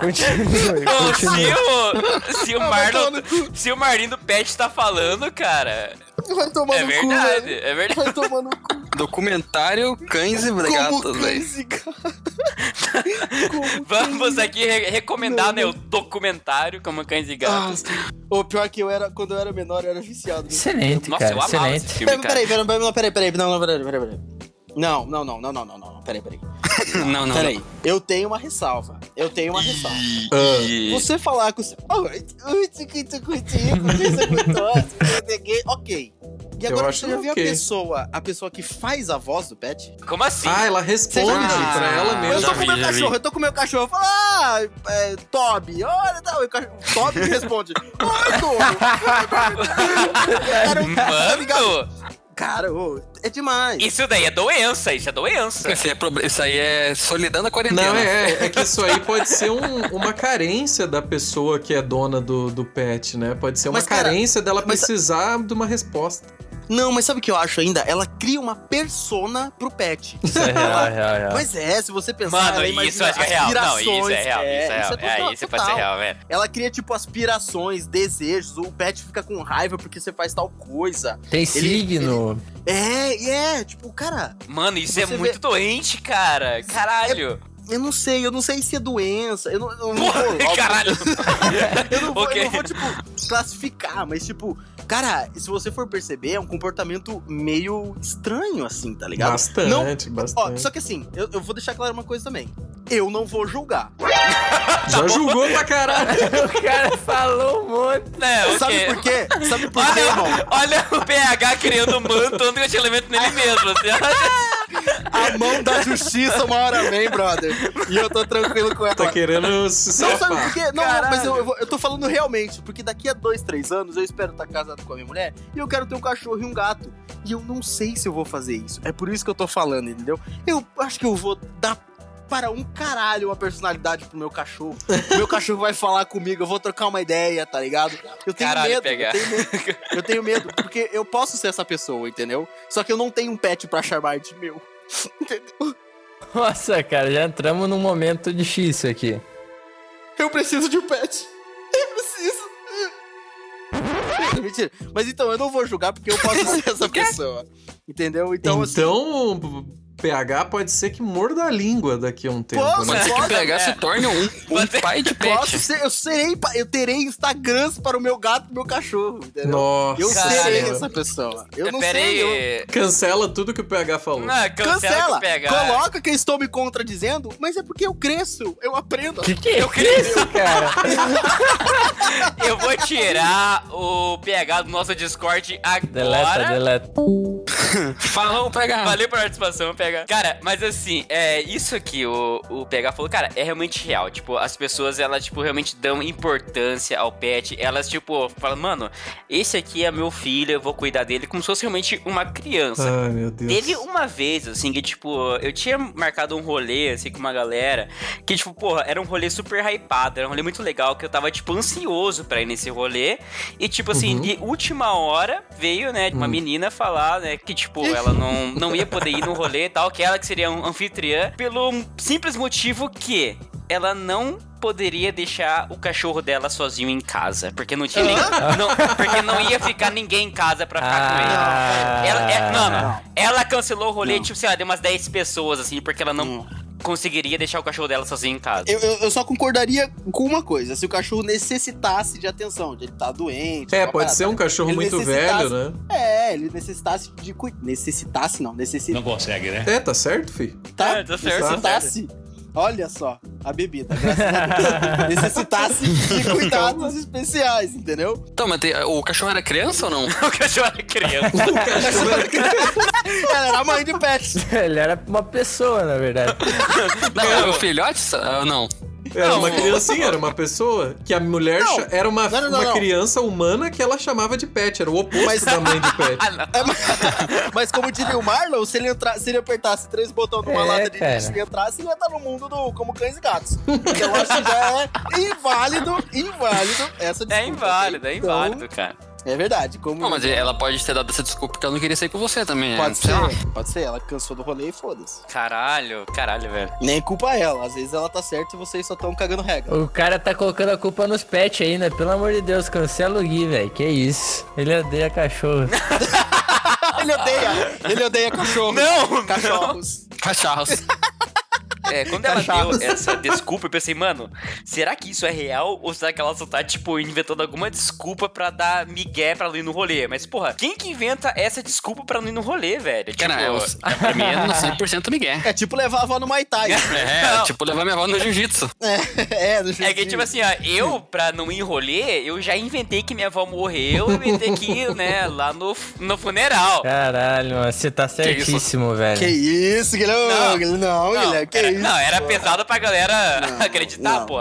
Speaker 6: Continue,
Speaker 2: Bom,
Speaker 6: continue.
Speaker 2: se o, se o
Speaker 3: Ah, vai tomar
Speaker 2: Marlon,
Speaker 3: no cu.
Speaker 2: se o Marlon do Pet tá falando, cara,
Speaker 3: Vai tomar
Speaker 2: é
Speaker 3: no cu, né?
Speaker 2: verdade,
Speaker 3: velho.
Speaker 2: é verdade.
Speaker 3: Vai tomar no cu.
Speaker 5: Documentário Cães e
Speaker 3: Como
Speaker 5: Gatos, velho.
Speaker 3: cães e gatos. Como
Speaker 2: Vamos aqui re- recomendar,
Speaker 3: Não,
Speaker 2: né, o documentário Como Cães e Gatos.
Speaker 3: O Ah. pior que eu era, quando eu era menor, eu era viciado. nisso.
Speaker 6: Excelente,
Speaker 2: Nossa,
Speaker 6: cara,
Speaker 2: eu amava
Speaker 6: excelente.
Speaker 2: esse filme,
Speaker 3: Ah, Peraí,
Speaker 2: cara.
Speaker 3: peraí, peraí, peraí, peraí, peraí, não, não, peraí, peraí, peraí. Não, não, não, não, não, não, não, peraí, peraí.
Speaker 5: Não, não, não.
Speaker 3: Peraí, eu tenho uma ressalva. Eu tenho uma ressalva.
Speaker 6: um-
Speaker 4: Ah,
Speaker 5: E-
Speaker 3: Você falar com o seu. Oh, ui, tiquito, cutico, coisa gostosa, coisa gay, ok. E agora
Speaker 4: acho
Speaker 3: você já viu
Speaker 4: ok.
Speaker 3: a pessoa, a pessoa que faz a voz do pet?
Speaker 2: Como assim?
Speaker 4: Ah, ela
Speaker 3: Você
Speaker 4: responde
Speaker 3: já viu isso?
Speaker 4: pra ela
Speaker 5: Ah,
Speaker 3: eu
Speaker 5: já
Speaker 3: tô
Speaker 4: mesma.
Speaker 3: com meu
Speaker 5: vi, já vi.
Speaker 3: cachorro, eu tô com meu cachorro. Eu falo, ah, é, Toby, olha, tá, o cachorro- o Toby me responde. Oi, Toby.
Speaker 2: Mano,
Speaker 3: Cara, ô, é demais.
Speaker 2: isso daí é doença, isso é doença.
Speaker 5: Isso aí é, prob- isso aí é solidando a quarentena.
Speaker 4: Não, é, é que isso aí pode ser um- uma carência da pessoa que é dona do, do pet, né? Pode ser uma
Speaker 3: Mas, cara,
Speaker 4: carência dela
Speaker 3: mas-
Speaker 4: precisar de uma resposta.
Speaker 3: Não, mas sabe o que eu acho ainda? Ela cria uma persona pro pet.
Speaker 6: Isso é real, é real, é real.
Speaker 3: Pois é, se você pensar...
Speaker 2: Mano,
Speaker 3: ela
Speaker 2: isso eu
Speaker 3: imagina
Speaker 2: acho que é real. Não,
Speaker 3: aspirações,
Speaker 2: isso é real, isso é real.
Speaker 3: total-
Speaker 2: É, isso pode ser
Speaker 3: total.
Speaker 2: real, velho.
Speaker 3: Ela cria, tipo, aspirações, desejos. O pet fica com raiva porque você faz tal coisa.
Speaker 6: Tem signo.
Speaker 3: É, e é. Tipo, cara,
Speaker 2: Mano, isso é
Speaker 3: Você
Speaker 2: muito
Speaker 3: vê-
Speaker 2: doente, cara. Caralho.
Speaker 3: eu não sei. Eu não sei se é doença. Eu não, eu não
Speaker 2: Porra,
Speaker 3: vou, É óbvio,
Speaker 2: caralho.
Speaker 3: Eu não, vou, eu
Speaker 2: Ok.
Speaker 3: não vou, tipo, classificar. Mas, tipo, cara, se você for perceber, é um comportamento meio estranho, assim, tá ligado?
Speaker 4: Bastante,
Speaker 3: Não,
Speaker 4: bastante.
Speaker 3: Ó, só que assim, eu, eu vou deixar claro uma coisa também. Eu não vou julgar.
Speaker 4: Já julgou pra caralho.
Speaker 6: O cara falou um monte.
Speaker 2: É, ok. Ah,
Speaker 3: Sabe por quê? Sabe por quê, irmão?
Speaker 2: Olha, olha o PH criando um manto anti-elemento nele mesmo. Assim,
Speaker 3: A mão da justiça uma hora vem, brother. E eu tô tranquilo com ela.
Speaker 4: tá querendo se
Speaker 3: Não, sabe por
Speaker 4: safar.
Speaker 3: quê? Não,
Speaker 2: Caralho.
Speaker 3: mas eu, eu vou- eu tô falando realmente, porque daqui a dois, três anos eu espero estar casado com a minha mulher e eu quero ter um cachorro e um gato. E eu não sei se eu vou fazer isso. É por isso que eu tô falando, entendeu? Eu acho que eu vou dar para um caralho uma personalidade pro meu cachorro. meu cachorro vai falar comigo, eu vou trocar uma ideia, tá ligado? Eu tenho
Speaker 2: Caralho,
Speaker 3: medo,
Speaker 2: pegar.
Speaker 3: eu tenho medo. Eu tenho medo, porque eu posso ser essa pessoa, entendeu? Só que eu não tenho um pet pra chamar de meu.
Speaker 6: Nossa, cara, já entramos num momento difícil aqui.
Speaker 3: Eu preciso de um pet. Eu preciso. Mentira. Mas então, eu não vou julgar porque eu posso ser essa pessoa. Entendeu? Então,
Speaker 4: Então,
Speaker 3: assim,
Speaker 4: o PH pode ser que morda a língua daqui a um tempo,
Speaker 3: Posso?
Speaker 4: né?
Speaker 5: Pode ser que
Speaker 3: Foda,
Speaker 5: o PH
Speaker 2: é.
Speaker 5: se torne um, um pai de
Speaker 3: posso
Speaker 5: pet.
Speaker 3: ser, eu serei, pa- eu terei Instagrams para o meu gato e meu cachorro, entendeu?
Speaker 4: Nossa,
Speaker 3: Eu
Speaker 2: Cara,
Speaker 3: serei
Speaker 4: Senhora.
Speaker 3: essa pessoa. Eu não
Speaker 2: É, Pera
Speaker 3: sei. eu-
Speaker 2: aí.
Speaker 4: cancela tudo que o PH falou.
Speaker 2: Não, Ah, cancela,
Speaker 3: Cancela.
Speaker 2: o PH.
Speaker 3: Coloca que eu estou me contradizendo, mas é porque eu cresço, eu aprendo.
Speaker 6: Que que é isso, cara?
Speaker 2: Eu vou tirar o PH do nosso Discord agora.
Speaker 6: Deleta, deleta.
Speaker 5: Falou, PH.
Speaker 2: Valeu pela participação, PH. Cara, mas assim, é isso que o, o PH falou, cara, é realmente real. Tipo, as pessoas, elas, tipo, realmente dão importância ao pet. Elas, tipo, falam, mano, esse aqui é meu filho, eu vou cuidar dele como se fosse realmente uma criança.
Speaker 4: Ai, meu Deus.
Speaker 2: Teve uma vez, assim, que, tipo, eu tinha marcado um rolê, assim, com uma galera, que, tipo, porra, era um rolê super hypado, era um rolê muito legal, que eu tava, tipo, ansioso pra ir nesse rolê. E, tipo, assim, de última hora veio, né, uma menina falar, né, que, tipo, ela não, não ia poder ir no rolê e tal, que ela que seria um anfitriã, pelo simples motivo que ela não poderia deixar o cachorro dela sozinho em casa, porque não tinha ninguém, não, porque não ia ficar ninguém em casa pra ficar com ele.
Speaker 6: Ah.
Speaker 2: Ela, é- mano, ela cancelou o rolê, tipo, sei lá, deu umas 10 pessoas, assim, porque ela não conseguiria deixar o cachorro dela sozinho em casa.
Speaker 3: Eu, eu- eu só concordaria com uma coisa: se o cachorro necessitasse de atenção, de ele tá doente.
Speaker 4: É,
Speaker 3: tá
Speaker 4: pode
Speaker 3: parado.
Speaker 4: ser um cachorro
Speaker 3: Ele
Speaker 4: muito
Speaker 3: necessitasse-
Speaker 4: velho, né?
Speaker 3: É, ele necessitasse de cuidado. Necessitasse, não, necessitasse.
Speaker 1: Não consegue, né?
Speaker 4: É, tá certo, fi?
Speaker 3: Tá,
Speaker 2: É, tá certo,
Speaker 3: necessitasse. Olha só, a bebida, graças a Deus. necessitasse de cuidados especiais, entendeu?
Speaker 5: Então, mas tem- o cachorro era criança ou não?
Speaker 2: o cachorro é era criança.
Speaker 4: Um
Speaker 3: Ela era mãe de pet.
Speaker 6: Ele era uma pessoa, na verdade.
Speaker 5: Não, era o filhote? Ah, não.
Speaker 4: Era
Speaker 2: Não.
Speaker 4: uma criancinha, era uma pessoa que a mulher
Speaker 3: Não.
Speaker 4: cha- era uma,
Speaker 3: Não, não, não,
Speaker 4: uma
Speaker 3: não.
Speaker 4: criança humana que ela chamava de pet, era o oposto
Speaker 3: Mas-
Speaker 4: da mãe de pet.
Speaker 3: É Mas como diria o Marlon, se ele, entrar, se ele apertasse três botões numa
Speaker 6: É,
Speaker 3: lata de
Speaker 6: cara.
Speaker 3: lixo e entrasse, ele ia estar no mundo do como cães e gatos. Então eu acho que já é inválido, inválido essa desculpa.
Speaker 2: É inválido, é
Speaker 3: Então,
Speaker 2: inválido, cara.
Speaker 3: É verdade, como...
Speaker 5: Não, mas ela pode ter dado essa desculpa porque ela não queria sair com você também.
Speaker 2: é,
Speaker 5: é.
Speaker 3: Pode
Speaker 5: sei lá.
Speaker 3: ser, pode ser, ela cansou do rolê e foda-se.
Speaker 2: Caralho, caralho, velho.
Speaker 3: Nem é culpa ela, às vezes ela tá certa e vocês só estão cagando regra.
Speaker 6: O cara tá colocando a culpa nos pets ainda. Pelo amor de Deus, cancela o Gui, velho. Que isso. Ele odeia cachorro.
Speaker 3: Ele odeia, ele odeia cachorros.
Speaker 2: Não,
Speaker 3: Cachorros.
Speaker 5: Cacharros.
Speaker 2: É, quando ela
Speaker 3: Cachorros.
Speaker 2: deu essa desculpa, eu pensei, mano, será que isso é real? Ou será que ela só tá, tipo, inventando alguma desculpa pra dar migué pra não ir no rolê? Mas, porra, quem que inventa essa desculpa pra não ir no rolê, velho?
Speaker 5: Cara, é,
Speaker 2: Tipo,
Speaker 5: os- é, pra mim é no 100% Miguel.
Speaker 3: É tipo levar a avó no Muay Thai.
Speaker 5: É,
Speaker 2: Não.
Speaker 5: tipo levar minha avó no jiu-jitsu.
Speaker 3: É, no
Speaker 2: É que, tipo assim, ó, eu, pra não ir em rolê, eu já inventei que minha avó morreu e ia ter que ir, né, lá no, fu- no funeral.
Speaker 6: É, Caralho, mano. Você tá
Speaker 5: isso?
Speaker 6: certíssimo, velho.
Speaker 3: Que isso, Guilherme? Não,
Speaker 2: Não.
Speaker 3: Guilherme, não, Guilherme, que
Speaker 2: era,
Speaker 3: isso.
Speaker 2: não, era
Speaker 3: pô.
Speaker 2: pesado pra galera
Speaker 3: Não,
Speaker 2: acreditar,
Speaker 3: não.
Speaker 2: pô.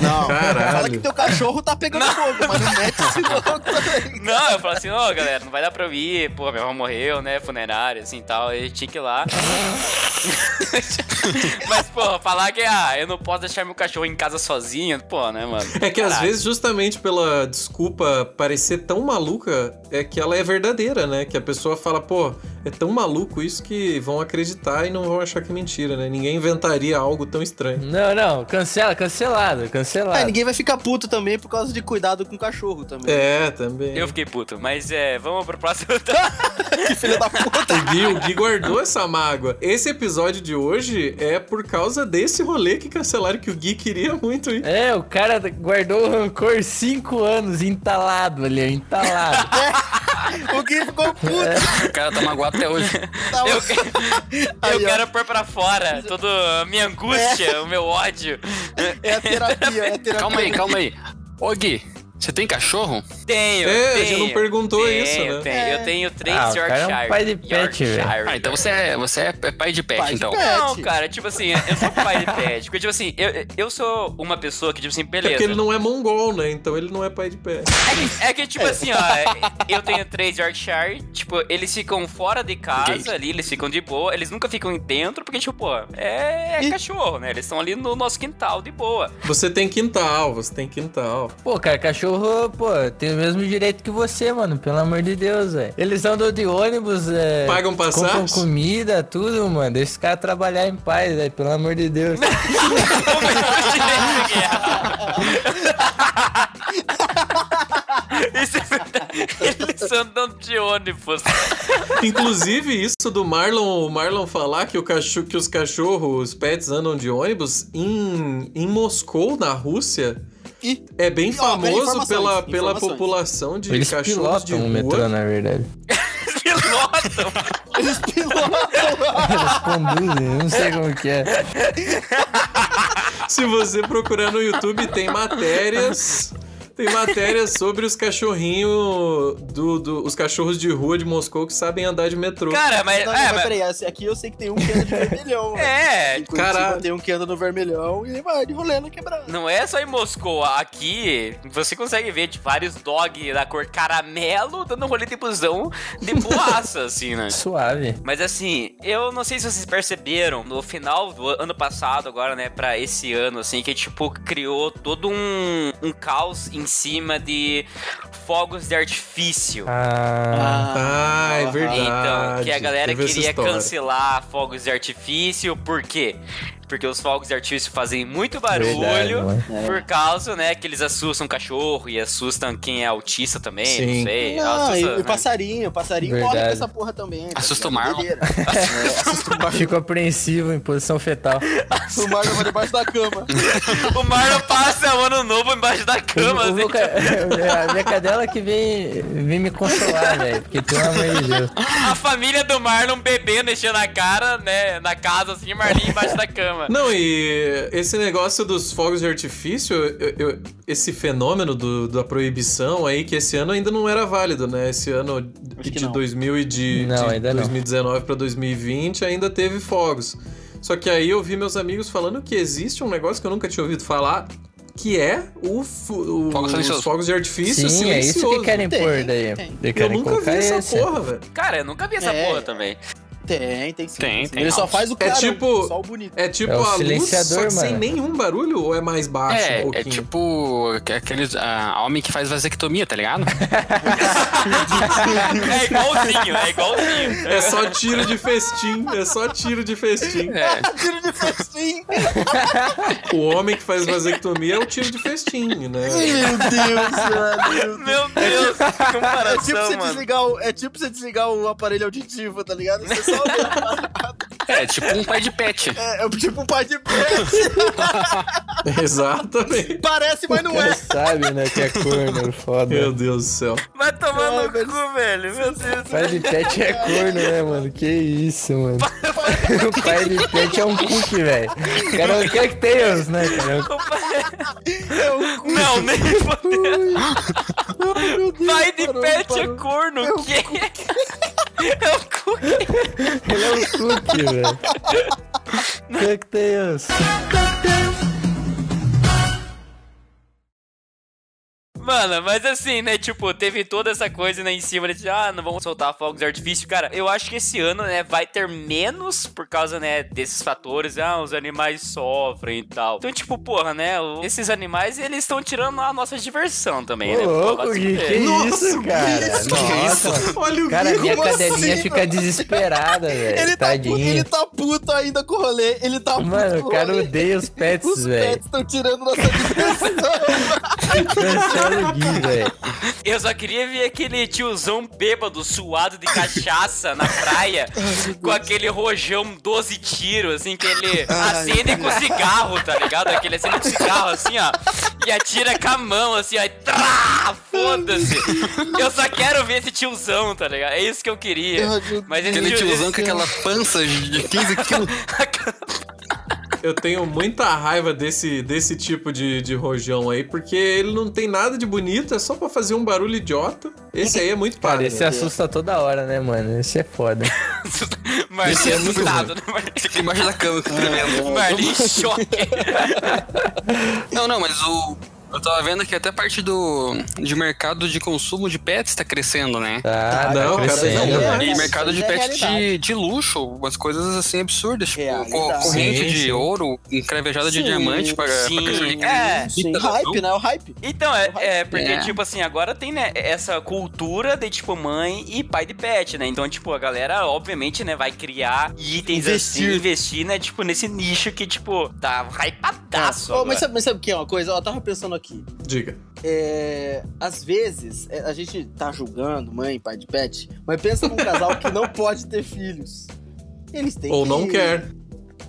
Speaker 3: Não,
Speaker 4: Caralho.
Speaker 3: fala que teu cachorro tá pegando fogo, mas não mete esse louco também.
Speaker 2: Não, eu falo assim, ô galera, não vai dar pra eu ir, pô, minha avó morreu, né, funerária, assim, tal, eu tinha que ir lá. Mas, pô, falar que, ah, eu não posso deixar meu cachorro em casa sozinho, pô, né, mano.
Speaker 4: É que às
Speaker 2: Caralho.
Speaker 4: vezes, justamente pela desculpa parecer tão maluca, é que ela é verdadeira, né? Que a pessoa fala, pô, é tão maluco isso que vão acreditar e não vão achar que é mentira, né? Ninguém inventaria algo tão estranho.
Speaker 6: Não, não. Cancela, cancelado,
Speaker 3: Ah,
Speaker 6: cancelado.
Speaker 3: ninguém vai ficar puto também por causa de cuidado com o cachorro também.
Speaker 4: É, também.
Speaker 2: Eu fiquei puto, mas é, vamos pro próximo.
Speaker 3: Que filho da puta.
Speaker 4: O Gui, o Gui guardou essa mágoa. Esse episódio de hoje é por causa desse rolê que cancelaram que o Gui queria muito ir.
Speaker 6: É, o cara guardou o rancor cinco anos entalado ali, entalado.
Speaker 3: O Gui ficou puto.
Speaker 5: O cara tá magoado até hoje.
Speaker 3: Tava...
Speaker 2: Eu, eu
Speaker 3: Aí, ó.
Speaker 2: quero pôr pra fora toda a minha angústia, o meu ódio.
Speaker 3: É a terapia, é a terapia.
Speaker 5: Calma aí, calma aí. Ô Gui, você tem cachorro?
Speaker 2: Tenho,
Speaker 4: É, a
Speaker 2: tenho.
Speaker 4: gente não perguntou
Speaker 2: tenho,
Speaker 4: isso, né?
Speaker 2: Tenho, Eu tenho três
Speaker 6: Ah, o cara
Speaker 2: Yorkshire.
Speaker 6: é um pai de pet,
Speaker 2: Yorkshire.
Speaker 6: velho.
Speaker 5: Ah, então você é, você é é pai de pet,
Speaker 3: Pai de
Speaker 5: então.
Speaker 3: pet.
Speaker 2: Não,
Speaker 3: Pet.
Speaker 2: cara, tipo assim, eu sou pai de pet. Porque, tipo assim, eu, eu sou uma pessoa que, tipo assim,
Speaker 4: É porque
Speaker 2: beleza.
Speaker 4: ele não é mongol, né? Então ele não é pai de pé.
Speaker 2: É que, tipo assim, ó, eu tenho três Yorkshire, tipo, eles ficam fora de casa
Speaker 5: Gay.
Speaker 2: ali, eles ficam de boa, eles nunca ficam dentro, porque, tipo, pô, é, é cachorro, né? Eles estão ali no nosso quintal de boa.
Speaker 4: Você tem quintal, você tem quintal.
Speaker 6: Pô, cara, cachorro, pô, tem o mesmo direito que você, mano. Pelo amor de Deus, velho. Eles andam de ônibus, é.
Speaker 4: Pagam
Speaker 6: Compram
Speaker 4: passagem?
Speaker 6: comida, tudo, mano. Deixa os caras trabalhar em paz, velho. Pelo amor de Deus.
Speaker 2: Isso é verdade. Eles andam de ônibus.
Speaker 4: Inclusive, isso do Marlon, o Marlon falar que, o cacho, que os cachorros, os pets andam de ônibus em, em Moscou, na Rússia.
Speaker 3: Ih.
Speaker 4: É bem
Speaker 3: Ó, pera,
Speaker 4: famoso
Speaker 3: informações,
Speaker 4: pela, pela
Speaker 3: informações.
Speaker 4: população de
Speaker 6: Eles
Speaker 4: cachorros de
Speaker 6: pilotam o metrô,
Speaker 4: rua.
Speaker 6: né? na verdade.
Speaker 2: Pilotam.
Speaker 3: Eles pilotam.
Speaker 6: Eles conduzem, eu não sei como que é.
Speaker 4: Se você procurar no YouTube, tem matérias Tem matéria sobre os cachorrinhos do, do- os cachorros de rua de Moscou que sabem andar de metrô.
Speaker 2: Cara, mas.
Speaker 3: Não, não,
Speaker 2: é,
Speaker 3: mas
Speaker 2: mas-
Speaker 3: peraí, esse aqui eu sei que tem um que anda de vermelhão. velho.
Speaker 2: é,
Speaker 3: Em Curitiba
Speaker 4: Caralho.
Speaker 3: Tem um que anda no vermelhão e vai de rolê na quebrada.
Speaker 2: Não é só em Moscou, aqui você consegue ver de vários dog da cor caramelo dando um rolê de busão de boaça, assim, né?
Speaker 6: Suave.
Speaker 2: Mas assim, eu não sei se vocês perceberam, no final do ano passado, agora, né, pra esse ano, assim, que tipo, criou todo um, um caos em cima de fogos de artifício.
Speaker 6: Ah,
Speaker 4: Ah, é
Speaker 3: Aham.
Speaker 4: verdade.
Speaker 2: Então, que a galera
Speaker 4: Teve essa
Speaker 2: queria
Speaker 4: história.
Speaker 2: cancelar fogos de artifício, por quê? Porque os fogos de artifício fazem muito barulho.
Speaker 6: verdade, mano.
Speaker 2: Por causa, né, que eles assustam cachorro e assustam quem é autista também,
Speaker 4: Sim.
Speaker 2: não sei.
Speaker 3: Não,
Speaker 2: assusta,
Speaker 3: e, e
Speaker 2: né?
Speaker 3: passarinho, passarinho morre com
Speaker 6: Verdade.
Speaker 3: essa porra também. tá
Speaker 5: Assusta o
Speaker 3: ligado?
Speaker 5: Marlon.
Speaker 3: Doideira.
Speaker 6: Ficou apreensivo em posição fetal.
Speaker 3: Assusta o Marlon vai debaixo da cama.
Speaker 2: O Marlon passa o ano novo embaixo da cama,
Speaker 6: O- o
Speaker 2: assim.
Speaker 4: é-
Speaker 6: meu ca- a minha cadela que vem, vem me consolar, velho. Porque tem uma mãe de Deus.
Speaker 2: A família do Marlon bebendo, enchendo a cara, né, na casa, assim, o Marlon embaixo da cama.
Speaker 4: Não, e esse negócio dos fogos de artifício, eu- eu- esse fenômeno do- da proibição aí, que esse ano ainda não era válido, né? Esse ano de,
Speaker 3: Acho que
Speaker 4: de
Speaker 3: não.
Speaker 4: 2000 e de,
Speaker 6: Não,
Speaker 4: de
Speaker 6: ainda não.
Speaker 4: 2019 pra 2020 ainda teve fogos. Só que aí eu vi meus amigos falando que existe um negócio que eu nunca tinha ouvido falar, que é o, fu- o-
Speaker 5: Fogo silencioso.
Speaker 4: os fogos de artifício
Speaker 6: Sim, é isso
Speaker 4: silencioso.
Speaker 6: que querem
Speaker 3: Tem,
Speaker 6: pôr daí.
Speaker 3: tem.
Speaker 6: Eles
Speaker 4: Eu
Speaker 6: querem
Speaker 4: nunca vi
Speaker 6: colocar
Speaker 4: essa
Speaker 6: esse.
Speaker 4: porra, velho.
Speaker 2: Cara, eu nunca vi essa
Speaker 3: É.
Speaker 2: porra também.
Speaker 3: Tem, tem sim.
Speaker 5: Tem,
Speaker 3: sim.
Speaker 5: tem.
Speaker 3: Ele só faz o
Speaker 4: É
Speaker 3: cara,
Speaker 4: tipo-
Speaker 3: só o bonito.
Speaker 4: É tipo
Speaker 6: É o
Speaker 4: a luz,
Speaker 6: silenciador,
Speaker 4: só que sem
Speaker 6: mano.
Speaker 4: nenhum barulho ou é mais baixo um
Speaker 5: É, é
Speaker 4: pouquinho?
Speaker 5: tipo aqueles ah, homem que faz vasectomia, tá ligado?
Speaker 2: É igualzinho, é igualzinho.
Speaker 4: É só tiro de festim, é só tiro de festim.
Speaker 5: É.
Speaker 3: Tiro de festim.
Speaker 4: O homem que faz vasectomia é o tiro de festim, né?
Speaker 3: Meu Deus, mano.
Speaker 2: Meu Deus, que
Speaker 3: tipo- É tipo,
Speaker 2: comparação,
Speaker 3: você
Speaker 2: mano.
Speaker 3: desligar o, é tipo você desligar o aparelho auditivo, tá ligado? Você só
Speaker 5: É, tipo um pai de pet.
Speaker 3: é, é tipo um pai de pet.
Speaker 4: Exatamente.
Speaker 3: Parece, mas
Speaker 6: O
Speaker 3: não
Speaker 6: cara
Speaker 3: é.
Speaker 6: sabe, né, que é corno, foda.
Speaker 4: Meu Deus do céu.
Speaker 2: Vai tomar
Speaker 3: Ai,
Speaker 2: no cu, velho. Meu Deus.
Speaker 6: Pai de pet é corno, né, mano? Que isso, mano. o pai de pet é um cookie, velho. O cara não quer que tenha os, né, cara? É um
Speaker 2: Não, nem fodeu.
Speaker 3: Ai, É um meu Deus,
Speaker 2: Pai de
Speaker 3: parou,
Speaker 2: pet é
Speaker 3: parou.
Speaker 2: corno, o quê? É o cu.
Speaker 6: Ele é um cookie, velho. Quer que tenha os.
Speaker 2: Mano, mas assim, né? Tipo, teve toda essa coisa né, em cima de ah, não vamos soltar fogos de artifício. Cara, eu acho que esse ano, né, vai ter menos por causa, né, desses fatores. Ah, os animais sofrem e tal. Então, tipo, porra, né? o- Esses animais, eles estão tirando a nossa diversão também,
Speaker 6: Ô,
Speaker 2: né?
Speaker 6: louco, Gui, que isso, cara? Nossa, mano.
Speaker 4: Olha o
Speaker 6: Cara,
Speaker 4: Gui.
Speaker 6: minha
Speaker 3: como
Speaker 6: cadelinha
Speaker 3: assim,
Speaker 6: fica desesperada,
Speaker 3: Ele
Speaker 6: velho.
Speaker 3: tá, puto,
Speaker 6: Tadinha.
Speaker 3: ele tá puto ainda com o rolê. Ele tá puto
Speaker 6: Mano,
Speaker 3: com
Speaker 6: o cara
Speaker 3: rolê.
Speaker 6: odeia os pets,
Speaker 3: Os
Speaker 6: velho.
Speaker 3: pets estão tirando nossa diversão.
Speaker 6: Cancela o Gui, velho.
Speaker 2: Eu só queria ver aquele tiozão bêbado, suado de cachaça na praia, com aquele rojão 12 tiros, assim, que ele acende com cigarro, tá ligado? Aquele acende com cigarro, assim, ó, e atira com a mão, assim, ó, e trá, foda-se. Eu só quero ver esse tiozão, tá ligado? É isso que eu queria. Mas esse
Speaker 5: Aquele
Speaker 2: tio-
Speaker 5: tiozão com aquela pança de 15 quilos.
Speaker 4: Eu tenho muita raiva desse, desse tipo de, de rojão aí, porque ele não tem nada de bonito, é só pra fazer um barulho idiota. Esse aí é muito
Speaker 6: Cara,
Speaker 4: padre.
Speaker 6: esse assusta toda hora, né, mano? Esse é foda.
Speaker 5: Esse
Speaker 2: Marlin
Speaker 5: é muito
Speaker 2: assustado, né, Marlin?
Speaker 5: Fica embaixo da cama, tá tremendo.
Speaker 2: Marlin em choque.
Speaker 5: Não, não, mas o. Eu tava vendo que até a parte do de mercado de consumo de pets tá crescendo, né?
Speaker 2: Ah,
Speaker 6: Tá,
Speaker 4: Não,
Speaker 6: tá
Speaker 4: cara,
Speaker 6: crescendo,
Speaker 4: não,
Speaker 6: mano.
Speaker 5: E
Speaker 3: Isso,
Speaker 5: mercado de
Speaker 3: isso é
Speaker 5: pets de,
Speaker 3: realidade.
Speaker 5: de luxo, umas coisas assim absurdas, tipo
Speaker 3: Realidade.
Speaker 5: co- corrente
Speaker 4: Sim,
Speaker 5: de
Speaker 4: sim.
Speaker 5: ouro, encravejada de
Speaker 3: Sim,
Speaker 5: diamante pra, pra
Speaker 2: sim.
Speaker 5: cachorrinho.
Speaker 2: É,
Speaker 3: Sim, hype, né? O hype.
Speaker 2: Então, é, é, porque,
Speaker 5: É.
Speaker 2: tipo assim, agora tem, né, essa cultura de, tipo, mãe e pai de pet, né? Então, tipo, a galera, obviamente, né, vai criar itens
Speaker 3: Investir.
Speaker 2: assim, investir, né, tipo, nesse nicho que, tipo, tá hypadaço.
Speaker 3: Ô, mas,
Speaker 2: agora.
Speaker 3: sabe, mas sabe o que é uma coisa? Ó, Eu tava pensando aqui.
Speaker 4: Diga.
Speaker 3: É, às vezes, é, a gente tá julgando mãe, pai de pet, mas pensa num casal que não pode ter filhos. Eles têm
Speaker 4: Ou
Speaker 3: que-
Speaker 4: não quer.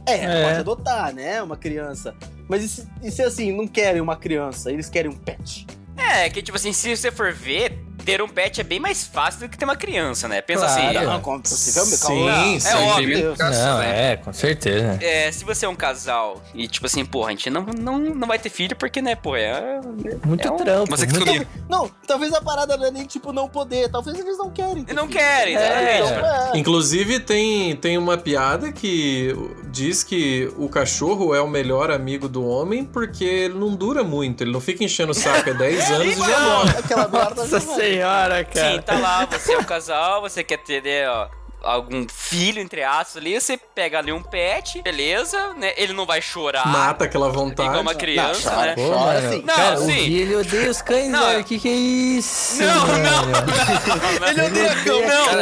Speaker 3: É,
Speaker 6: É.
Speaker 3: pode adotar, né? Uma criança. Mas e se, e se, assim, não querem uma criança, eles querem um pet?
Speaker 2: É, que, tipo assim, se você for ver, ter um pet é bem mais fácil do que ter uma criança, né? Pensa
Speaker 6: Claro.
Speaker 2: assim.
Speaker 3: Não, Ah, como é possível, me
Speaker 4: Sim,
Speaker 2: É
Speaker 5: Tem
Speaker 2: óbvio.
Speaker 5: alimentação,
Speaker 6: Não,
Speaker 5: né?
Speaker 6: É. é, com certeza.
Speaker 2: É, se você é um casal e, tipo assim, porra, a gente não, não, não vai ter filho porque, né, pô, é.
Speaker 6: Muito
Speaker 2: É um-
Speaker 6: trampo.
Speaker 5: Você que
Speaker 6: muito-
Speaker 5: escolhi.
Speaker 3: Não, talvez a parada não é nem, tipo, não poder. Talvez eles não querem.
Speaker 2: E não querem,
Speaker 6: É.
Speaker 2: exatamente.
Speaker 3: Então, é.
Speaker 4: Inclusive, tem, tem uma piada que diz que o cachorro é o melhor amigo do homem porque ele não dura muito, ele não fica enchendo o saco, é 10 anos e
Speaker 3: então.
Speaker 4: já morre.
Speaker 3: né, Aquela é. merda
Speaker 6: Nossa é
Speaker 3: já vai.
Speaker 6: senhora, cara.
Speaker 2: Sim, tá lá, você é um casal, você quer ter, né, ó, algum filho, entre aspas, ali, você pega ali um pet, beleza, né? Ele não vai chorar.
Speaker 4: Mata aquela
Speaker 2: Igual uma
Speaker 4: vontade.
Speaker 2: criança,
Speaker 3: Não,
Speaker 2: né?
Speaker 6: Pô,
Speaker 3: Chora,
Speaker 6: mano.
Speaker 3: sim.
Speaker 2: Não,
Speaker 6: cara, o
Speaker 2: sim.
Speaker 6: Gui, ele odeia os cães,
Speaker 2: Não,
Speaker 6: velho. Que que é isso?
Speaker 2: Não, não, não, não.
Speaker 3: Ele odeia
Speaker 6: velho? Ele
Speaker 3: cão,
Speaker 6: odeia né?
Speaker 2: cão,
Speaker 3: cara,
Speaker 2: não.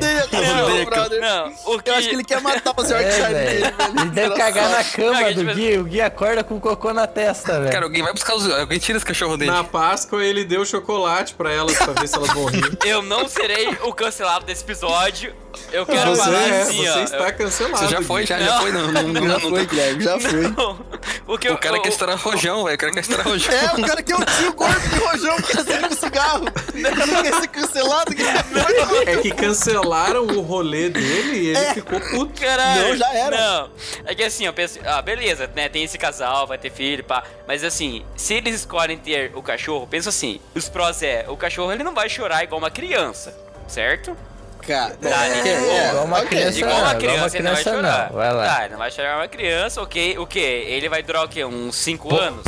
Speaker 3: Ele odeia cão,
Speaker 2: Não,
Speaker 3: meu brother.
Speaker 2: Não, o que...
Speaker 3: Eu acho que ele quer matar o Sr.
Speaker 6: É,
Speaker 3: Shine
Speaker 6: velho.
Speaker 3: dele, né? velho.
Speaker 6: Ele deve cagar na cama
Speaker 2: Não, a gente
Speaker 6: do
Speaker 2: vai-
Speaker 6: Gui. O Gui acorda com cocô na testa, velho.
Speaker 5: Cara, alguém vai buscar os. Alguém tira esse cachorro dele.
Speaker 4: Na Páscoa, ele deu chocolate pra elas pra ver se elas vão rir.
Speaker 2: Eu não serei o cancelado desse episódio. Eu quero
Speaker 4: Você,
Speaker 2: falar
Speaker 4: é,
Speaker 2: assim,
Speaker 4: você
Speaker 2: ó.
Speaker 4: está cancelado.
Speaker 5: Você já foi, já, já foi. Não, não, não, não, não.
Speaker 3: Guilherme, já foi.
Speaker 2: Não, o que
Speaker 5: O cara é
Speaker 2: eu,
Speaker 5: quer estourar rojão, velho. O cara quer estourar rojão.
Speaker 3: É, o cara quer um tio gordo de rojão que acende um cigarro. O cara quer ser cancelado. Que
Speaker 4: É que cancelaram o rolê dele e ele
Speaker 2: É.
Speaker 4: ficou puto.
Speaker 2: Caralho.
Speaker 3: Não, já era.
Speaker 2: Não. É que assim, eu penso, ah, beleza, né? Tem esse casal, vai ter filho, pá. Mas assim, se eles escolhem ter o cachorro, penso assim, os prós é, o cachorro ele não vai chorar igual uma criança, certo?
Speaker 3: Cara,
Speaker 2: Tá,
Speaker 3: é,
Speaker 2: ele-
Speaker 3: é,
Speaker 6: igual uma
Speaker 3: ok.
Speaker 6: criança.
Speaker 2: Igual
Speaker 6: não,
Speaker 2: uma
Speaker 6: igual uma
Speaker 2: criança, ele não vai
Speaker 6: criança,
Speaker 2: chorar.
Speaker 6: não. Vai lá.
Speaker 2: Tá, ele não vai chorar uma criança, ok. O quê? Ele vai durar o quê? Uns 5 anos?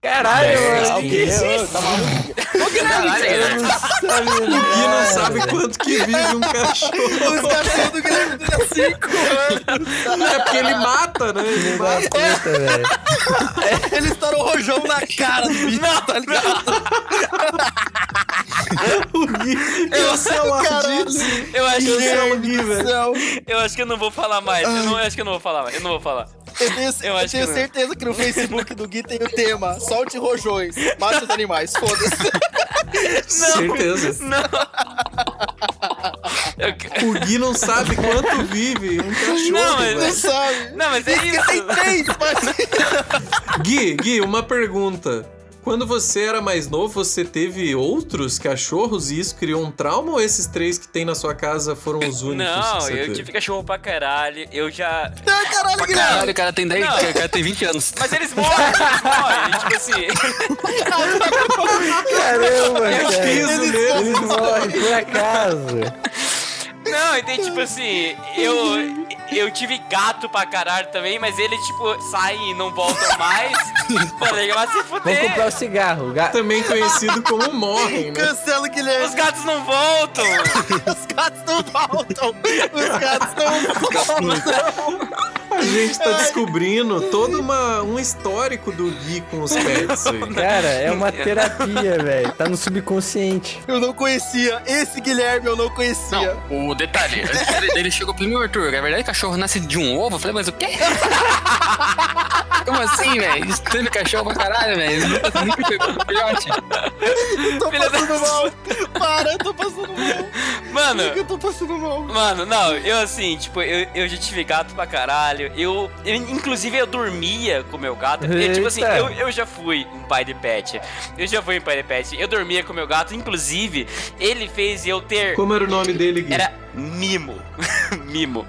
Speaker 6: Caralho, mano.
Speaker 4: Alguém-
Speaker 6: Gui,
Speaker 3: Ô, tá maluco?
Speaker 5: Caralho,
Speaker 6: você
Speaker 5: Guilherme.
Speaker 6: não sabe,
Speaker 4: E não
Speaker 6: nada.
Speaker 4: sabe quanto que vive um cachorro.
Speaker 3: Os cachorros do Guilherme dura cinco anos.
Speaker 4: É porque ele mata, né? Ele
Speaker 6: Da
Speaker 4: mata.
Speaker 6: puta, velho.
Speaker 3: Ele estourou o rojão na cara do bicho, tá ligado?
Speaker 4: O Gui cancela
Speaker 3: Caralho.
Speaker 4: disso.
Speaker 2: Eu acho,
Speaker 4: Cancela
Speaker 2: que,
Speaker 4: o Gui, velho.
Speaker 3: Céu.
Speaker 2: eu acho que eu não vou falar mais. Eu, não, eu acho que eu não vou falar mais. Eu não vou falar.
Speaker 3: Eu tenho, eu
Speaker 2: Eu acho
Speaker 3: tenho
Speaker 2: que não.
Speaker 3: certeza que no Facebook do Gui tem o tema Solte rojões, mate os animais, foda-se.
Speaker 4: Certeza.
Speaker 2: Não. Eu que-
Speaker 4: O Gui não sabe quanto vive um cachorro.
Speaker 2: Não, mas-
Speaker 3: Não
Speaker 4: velho.
Speaker 3: sabe.
Speaker 2: Não, mas é
Speaker 3: Porque tem
Speaker 2: isso.
Speaker 3: três, mas...
Speaker 4: Gui, Gui, uma pergunta. Quando você era mais novo, você teve outros cachorros e isso criou um trauma ou esses três que tem na sua casa foram os únicos? que
Speaker 2: Não,
Speaker 4: você
Speaker 2: eu
Speaker 4: teve?
Speaker 2: tive cachorro pra caralho. Eu já.
Speaker 3: Ai, caralho, Guilherme.
Speaker 5: Caralho, o cara tem 10.
Speaker 2: Não.
Speaker 5: O cara tem 20 anos.
Speaker 2: Mas eles morrem, eles morrem. Tipo assim.
Speaker 6: Caramba,
Speaker 4: Eu
Speaker 6: cara.
Speaker 4: fiz o
Speaker 6: Ele
Speaker 4: mesmo.
Speaker 6: morre por acaso.
Speaker 2: Não, e tem tipo assim. Eu. Eu tive gato pra caralho também, mas eles, tipo, saem e não voltam mais. Falei, vai se
Speaker 6: Vamos
Speaker 2: fuder.
Speaker 6: comprar o cigarro. ga-
Speaker 4: Também conhecido como morrem, né?
Speaker 3: Cancela, tá Guilherme.
Speaker 2: Os gatos não voltam.
Speaker 3: Os gatos não voltam! Os gatos não voltam!
Speaker 4: A gente tá descobrindo todo uma, um histórico do Gui com os pets aí.
Speaker 6: Cara, é uma terapia, velho. Tá no subconsciente.
Speaker 3: Eu não conhecia. Esse Guilherme eu não conhecia.
Speaker 5: Não, o detalhe, a história dele chegou pra mim, "Ô, Arthur, é verdade que cachorro nasce de um ovo? Eu falei, mas o quê? Como assim, velho? Isso Teve cachorro pra caralho, velho. Nunca, nunca pegou um filhote.
Speaker 3: Eu tô
Speaker 2: Filha da-
Speaker 3: passando mal. Para, eu tô passando mal.
Speaker 2: Mano.
Speaker 3: Eu tô passando mal.
Speaker 2: Mano, não, eu assim, tipo, eu, eu já tive gato pra caralho. Eu, eu, inclusive, eu dormia com meu gato. Eu, tipo assim,
Speaker 6: Eita.
Speaker 2: eu, eu já fui um pai de pet. Eu já fui um pai de pet. Eu dormia com meu gato, inclusive, ele fez eu ter.
Speaker 4: Como era o nome dele, Gui?
Speaker 2: Era mimo. mimo.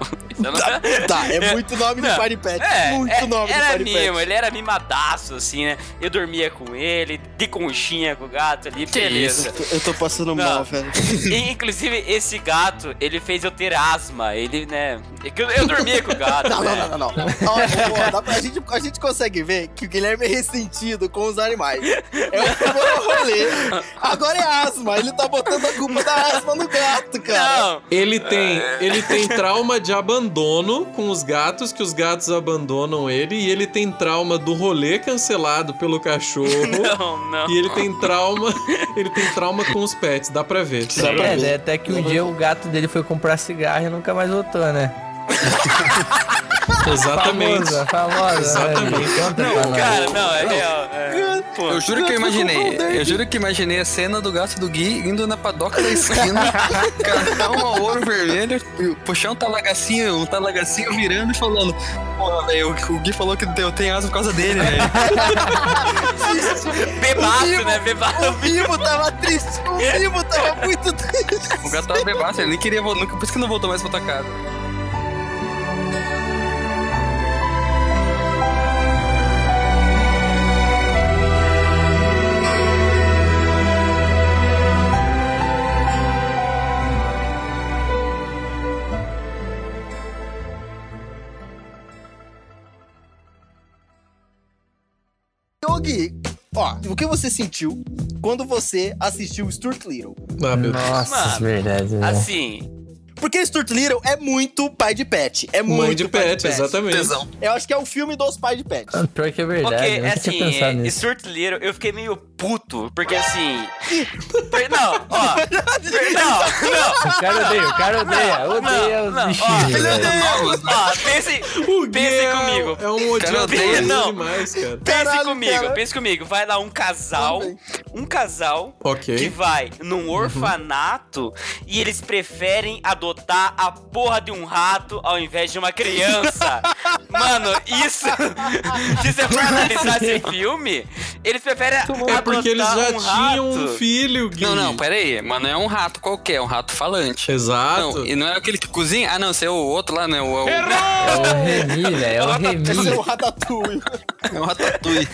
Speaker 2: Eu
Speaker 6: Então
Speaker 2: não-
Speaker 3: Tá, é muito nome do
Speaker 2: Não.
Speaker 3: Party Pet.
Speaker 2: É,
Speaker 3: muito
Speaker 2: é,
Speaker 3: nome do
Speaker 2: era
Speaker 3: Party Pet.
Speaker 2: mimo, ele era mimadaço, assim, né? Eu dormia com ele, de conchinha com o gato ali, beleza.
Speaker 3: Eu tô- Eu tô passando
Speaker 2: Não.
Speaker 3: mal, velho.
Speaker 2: E, inclusive, esse gato, ele fez eu ter asma. Ele, né? é que Eu, eu dormia com o gato.
Speaker 3: Não,
Speaker 2: né?
Speaker 3: não, não, não, não. Ó, ó, dá pra- a, gente, a gente consegue ver que o Guilherme é ressentido com os animais. É o primeiro rolê. Agora é asma. Ele tá botando a culpa da asma no gato, cara.
Speaker 2: Não,
Speaker 4: Ele tem, ele tem trauma de abandono com os gatos, que os gatos abandonam ele, e ele tem trauma do rolê cancelado pelo cachorro.
Speaker 2: Não, não.
Speaker 4: E ele tem trauma, ele tem trauma com os pets, dá pra ver.
Speaker 5: Dá pra ver.
Speaker 6: É, né, até que um dia o gato dele foi comprar cigarro e nunca mais voltou, né?
Speaker 4: Exatamente.
Speaker 6: Famosa, famosa.
Speaker 4: Exatamente.
Speaker 6: Né? Conta pra nós.
Speaker 2: Cara, não, é real. é. pô.
Speaker 5: Eu juro que eu imaginei. Eu juro que imaginei a cena do gato do Gui indo na padoca da esquina, catar um ouro vermelho, puxar um talagacinho, um talagacinho virando e falando: Porra, velho, o Gui falou que eu tenho asa por causa dele, velho.
Speaker 3: É
Speaker 2: Bebaço, né? Bebaço.
Speaker 3: O Vivo tava triste, o Vivo tava muito triste.
Speaker 5: O gato tava bebaço, ele nem queria voltar, por isso que não voltou mais pra tua casa.
Speaker 3: Ô, Gui, ó, o que você sentiu quando você assistiu Stuart Little?
Speaker 4: Ah, meu Deus.
Speaker 6: Nossa,
Speaker 2: Mano,
Speaker 6: verdade. né?
Speaker 2: Assim,
Speaker 3: Porque Stuart Little é muito pai de pet. É
Speaker 4: Mãe
Speaker 3: muito
Speaker 4: de
Speaker 3: pai
Speaker 4: pet, exatamente.
Speaker 5: Tesão.
Speaker 3: Eu acho que é o filme dos pais de pet.
Speaker 6: Pior que é verdade.
Speaker 2: porque,
Speaker 6: eu nunca
Speaker 2: assim,
Speaker 6: tinha pensado
Speaker 2: é,
Speaker 6: nisso.
Speaker 2: Stuart Little, eu fiquei meio puto, porque assim. per- não, ó. per- Não, não.
Speaker 6: O cara odeia, o cara odeia. Odeia
Speaker 2: não,
Speaker 6: os
Speaker 2: não,
Speaker 6: bichinhos.
Speaker 2: ó,
Speaker 6: velho.
Speaker 2: Ó, pensem,
Speaker 4: O Gui
Speaker 2: pensem
Speaker 4: é-
Speaker 2: comigo.
Speaker 4: É um
Speaker 5: Cara,
Speaker 4: odiador
Speaker 5: odeia,
Speaker 2: não.
Speaker 4: demais, cara.
Speaker 2: Pense
Speaker 3: Caralho,
Speaker 2: comigo,
Speaker 3: cara.
Speaker 2: pense comigo. Vai lá um casal, um casal
Speaker 4: Ok. É Uhum.
Speaker 2: que vai num orfanato e eles preferem adotar a porra de um rato ao invés de uma criança. Mano, isso. Se você for analisar esse filme, eles preferem adotar
Speaker 4: É porque eles já
Speaker 2: um
Speaker 4: tinham um
Speaker 2: rato.
Speaker 4: filho, Gui.
Speaker 5: Não, não, peraí, mas não é um rato qualquer, é um rato falante.
Speaker 4: Exato.
Speaker 5: Não, e não é aquele que cozinha? Ah, não, esse é o outro lá, né? O, o,
Speaker 6: É o Remy, velho. É o
Speaker 2: tá
Speaker 3: Esse é o
Speaker 6: Remy.
Speaker 3: Ratatouille.
Speaker 5: é o ratatouille.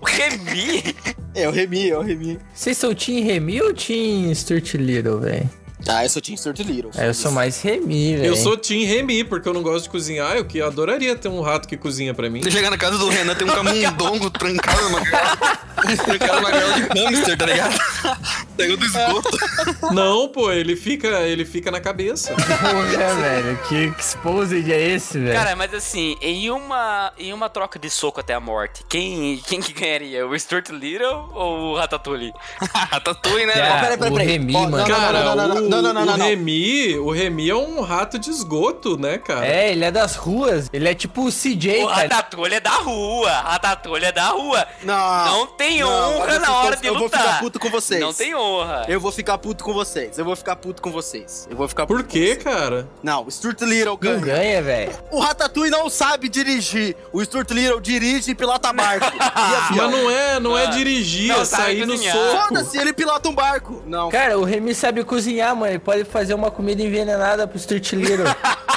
Speaker 2: O Remy.
Speaker 3: É o Remy, é o Remy.
Speaker 6: Vocês são Team Remy ou Team Stuart Little, velho?
Speaker 3: Ah, eu sou Team Stuart Little.
Speaker 6: É, eu sou mais Remy,
Speaker 3: É.
Speaker 6: velho.
Speaker 4: Eu sou Tim Remy, porque eu não gosto de cozinhar. Eu que adoraria ter um rato que cozinha pra mim.
Speaker 5: Você chegar na casa do Renan, tem um camundongo trancado numa gaiola. trancado numa gaiola de hamster, tá ligado? Saiu do esgoto.
Speaker 4: Não, pô, ele fica, ele fica na cabeça.
Speaker 6: Porra, velho. Que exposed é esse, velho?
Speaker 2: Cara, mas assim, em uma, em uma troca de soco até a morte, quem, quem que ganharia? O Stuart Little ou o Ratatouille?
Speaker 5: Ratatouille, né?
Speaker 6: Cara,
Speaker 3: peraí, peraí,
Speaker 6: o
Speaker 3: peraí.
Speaker 6: Remy,
Speaker 3: Ó, não,
Speaker 6: mano.
Speaker 4: Cara,
Speaker 3: não, não,
Speaker 4: o-
Speaker 3: não, não, não, não,
Speaker 4: o
Speaker 3: não.
Speaker 4: Remy, o Remy é um rato de esgoto, né, cara?
Speaker 6: É, ele é das ruas. Ele é tipo o CJ,
Speaker 2: o
Speaker 3: tá
Speaker 6: cara.
Speaker 2: Ratatouille é da rua, Ratatouille é da rua.
Speaker 3: Não.
Speaker 2: Não tem
Speaker 3: Não,
Speaker 2: honra
Speaker 3: olha,
Speaker 2: na
Speaker 3: eu
Speaker 2: hora
Speaker 3: vou-
Speaker 2: de
Speaker 3: eu vou
Speaker 2: lutar.
Speaker 3: ficar puto com vocês.
Speaker 2: Não tem um. honra.
Speaker 3: Eu vou ficar puto com vocês. Eu vou ficar puto com vocês. Eu vou ficar puto
Speaker 4: Por quê,
Speaker 3: com vocês.
Speaker 4: cara?
Speaker 3: Não, o Stuart Little
Speaker 6: Não
Speaker 3: ganha.
Speaker 6: ganha, Tipo um velho.
Speaker 3: O Ratatouille não sabe dirigir. O Stuart Little dirige e pilota barco. E assim, ó,
Speaker 4: Mas não é, não é
Speaker 2: Mano,
Speaker 4: dirigir,
Speaker 2: não
Speaker 4: é
Speaker 2: sabe
Speaker 4: sair no
Speaker 2: cozinhar.
Speaker 4: soco.
Speaker 3: Foda-se, ele pilota um barco. Não.
Speaker 6: Cara, o Remy sabe cozinhar, mano. Ele pode fazer uma comida envenenada pro Stuart Little.